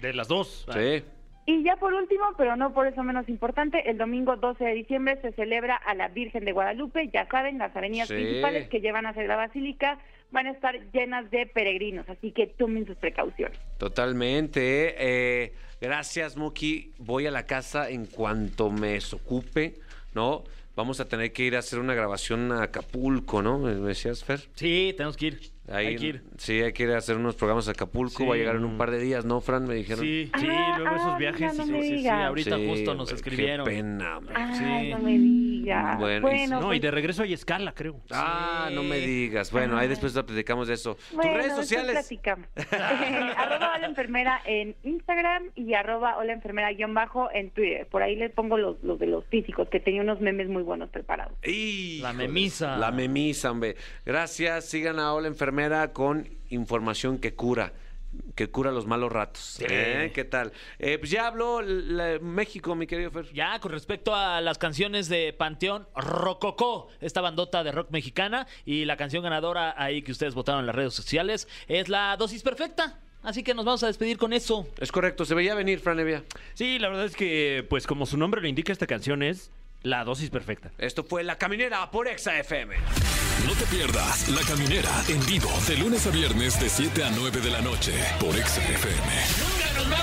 Speaker 4: De las dos.
Speaker 2: Sí.
Speaker 12: Y ya por último, pero no por eso menos importante, el domingo 12 de diciembre se celebra a la Virgen de Guadalupe. Ya saben, las avenidas
Speaker 2: Sí.
Speaker 12: principales que llevan hacia la basílica van a estar llenas de peregrinos, así que tomen sus precauciones.
Speaker 2: Totalmente. eh, gracias, Moki. Voy a la casa en cuanto me desocupe, ¿no? Vamos a tener que ir a hacer una grabación a Acapulco, ¿no? ¿Me me decías, Fer?
Speaker 3: Sí, tenemos que ir.
Speaker 2: Ahí-
Speaker 3: Hay que ir.
Speaker 2: Sí, hay que ir a hacer unos programas a Acapulco.
Speaker 3: Sí.
Speaker 2: Va a llegar en un par de días, ¿no, Fran? Me dijeron.
Speaker 3: Sí, sí,
Speaker 12: Ah,
Speaker 3: luego
Speaker 12: ah,
Speaker 3: esos
Speaker 12: mira,
Speaker 3: viajes.
Speaker 12: no
Speaker 3: sí,
Speaker 12: me
Speaker 3: sí, sí,
Speaker 12: digas.
Speaker 3: ahorita
Speaker 2: Sí,
Speaker 3: justo nos
Speaker 2: güey,
Speaker 3: escribieron.
Speaker 2: Qué pena, hombre.
Speaker 12: Ay,
Speaker 3: Sí.
Speaker 12: Ah, no me digas.
Speaker 2: Bueno, y-
Speaker 12: Bueno,
Speaker 2: no,
Speaker 4: No,
Speaker 12: pues,
Speaker 4: y de regreso hay escala, creo.
Speaker 2: Ah, no me digas. Bueno, ahí después la platicamos de eso.
Speaker 12: bueno,
Speaker 2: Tus redes
Speaker 12: después
Speaker 2: sociales.
Speaker 12: platicamos. arroba hola enfermera en Instagram y arroba hola enfermera guión bajo en Twitter. Por ahí les pongo los, los de los físicos, que tenía unos memes muy buenos preparados.
Speaker 2: Híjole,
Speaker 3: La memisa.
Speaker 2: La memisa, hombre. Gracias. Sigan a Hola Enfermera con información que cura. Que cura los malos ratos. ¿Eh? ¿Qué tal? Eh, pues ya habló la- México, mi querido Fer.
Speaker 3: Ya, con respecto a las canciones de Panteón Rococó, esta bandota de rock mexicana, y la canción ganadora ahí que ustedes votaron en las redes sociales, es la dosis perfecta. Así que nos vamos a despedir con eso.
Speaker 2: Es correcto, se veía venir, Fran Evia.
Speaker 4: Sí, la verdad es que, pues como su nombre lo indica, esta canción es la dosis perfecta.
Speaker 2: Esto fue La Caminera por Exa FM.
Speaker 1: No te pierdas La Caminera en vivo de lunes a viernes de 7 a 9 de la noche por Exa FM.
Speaker 2: ¡Nunca nos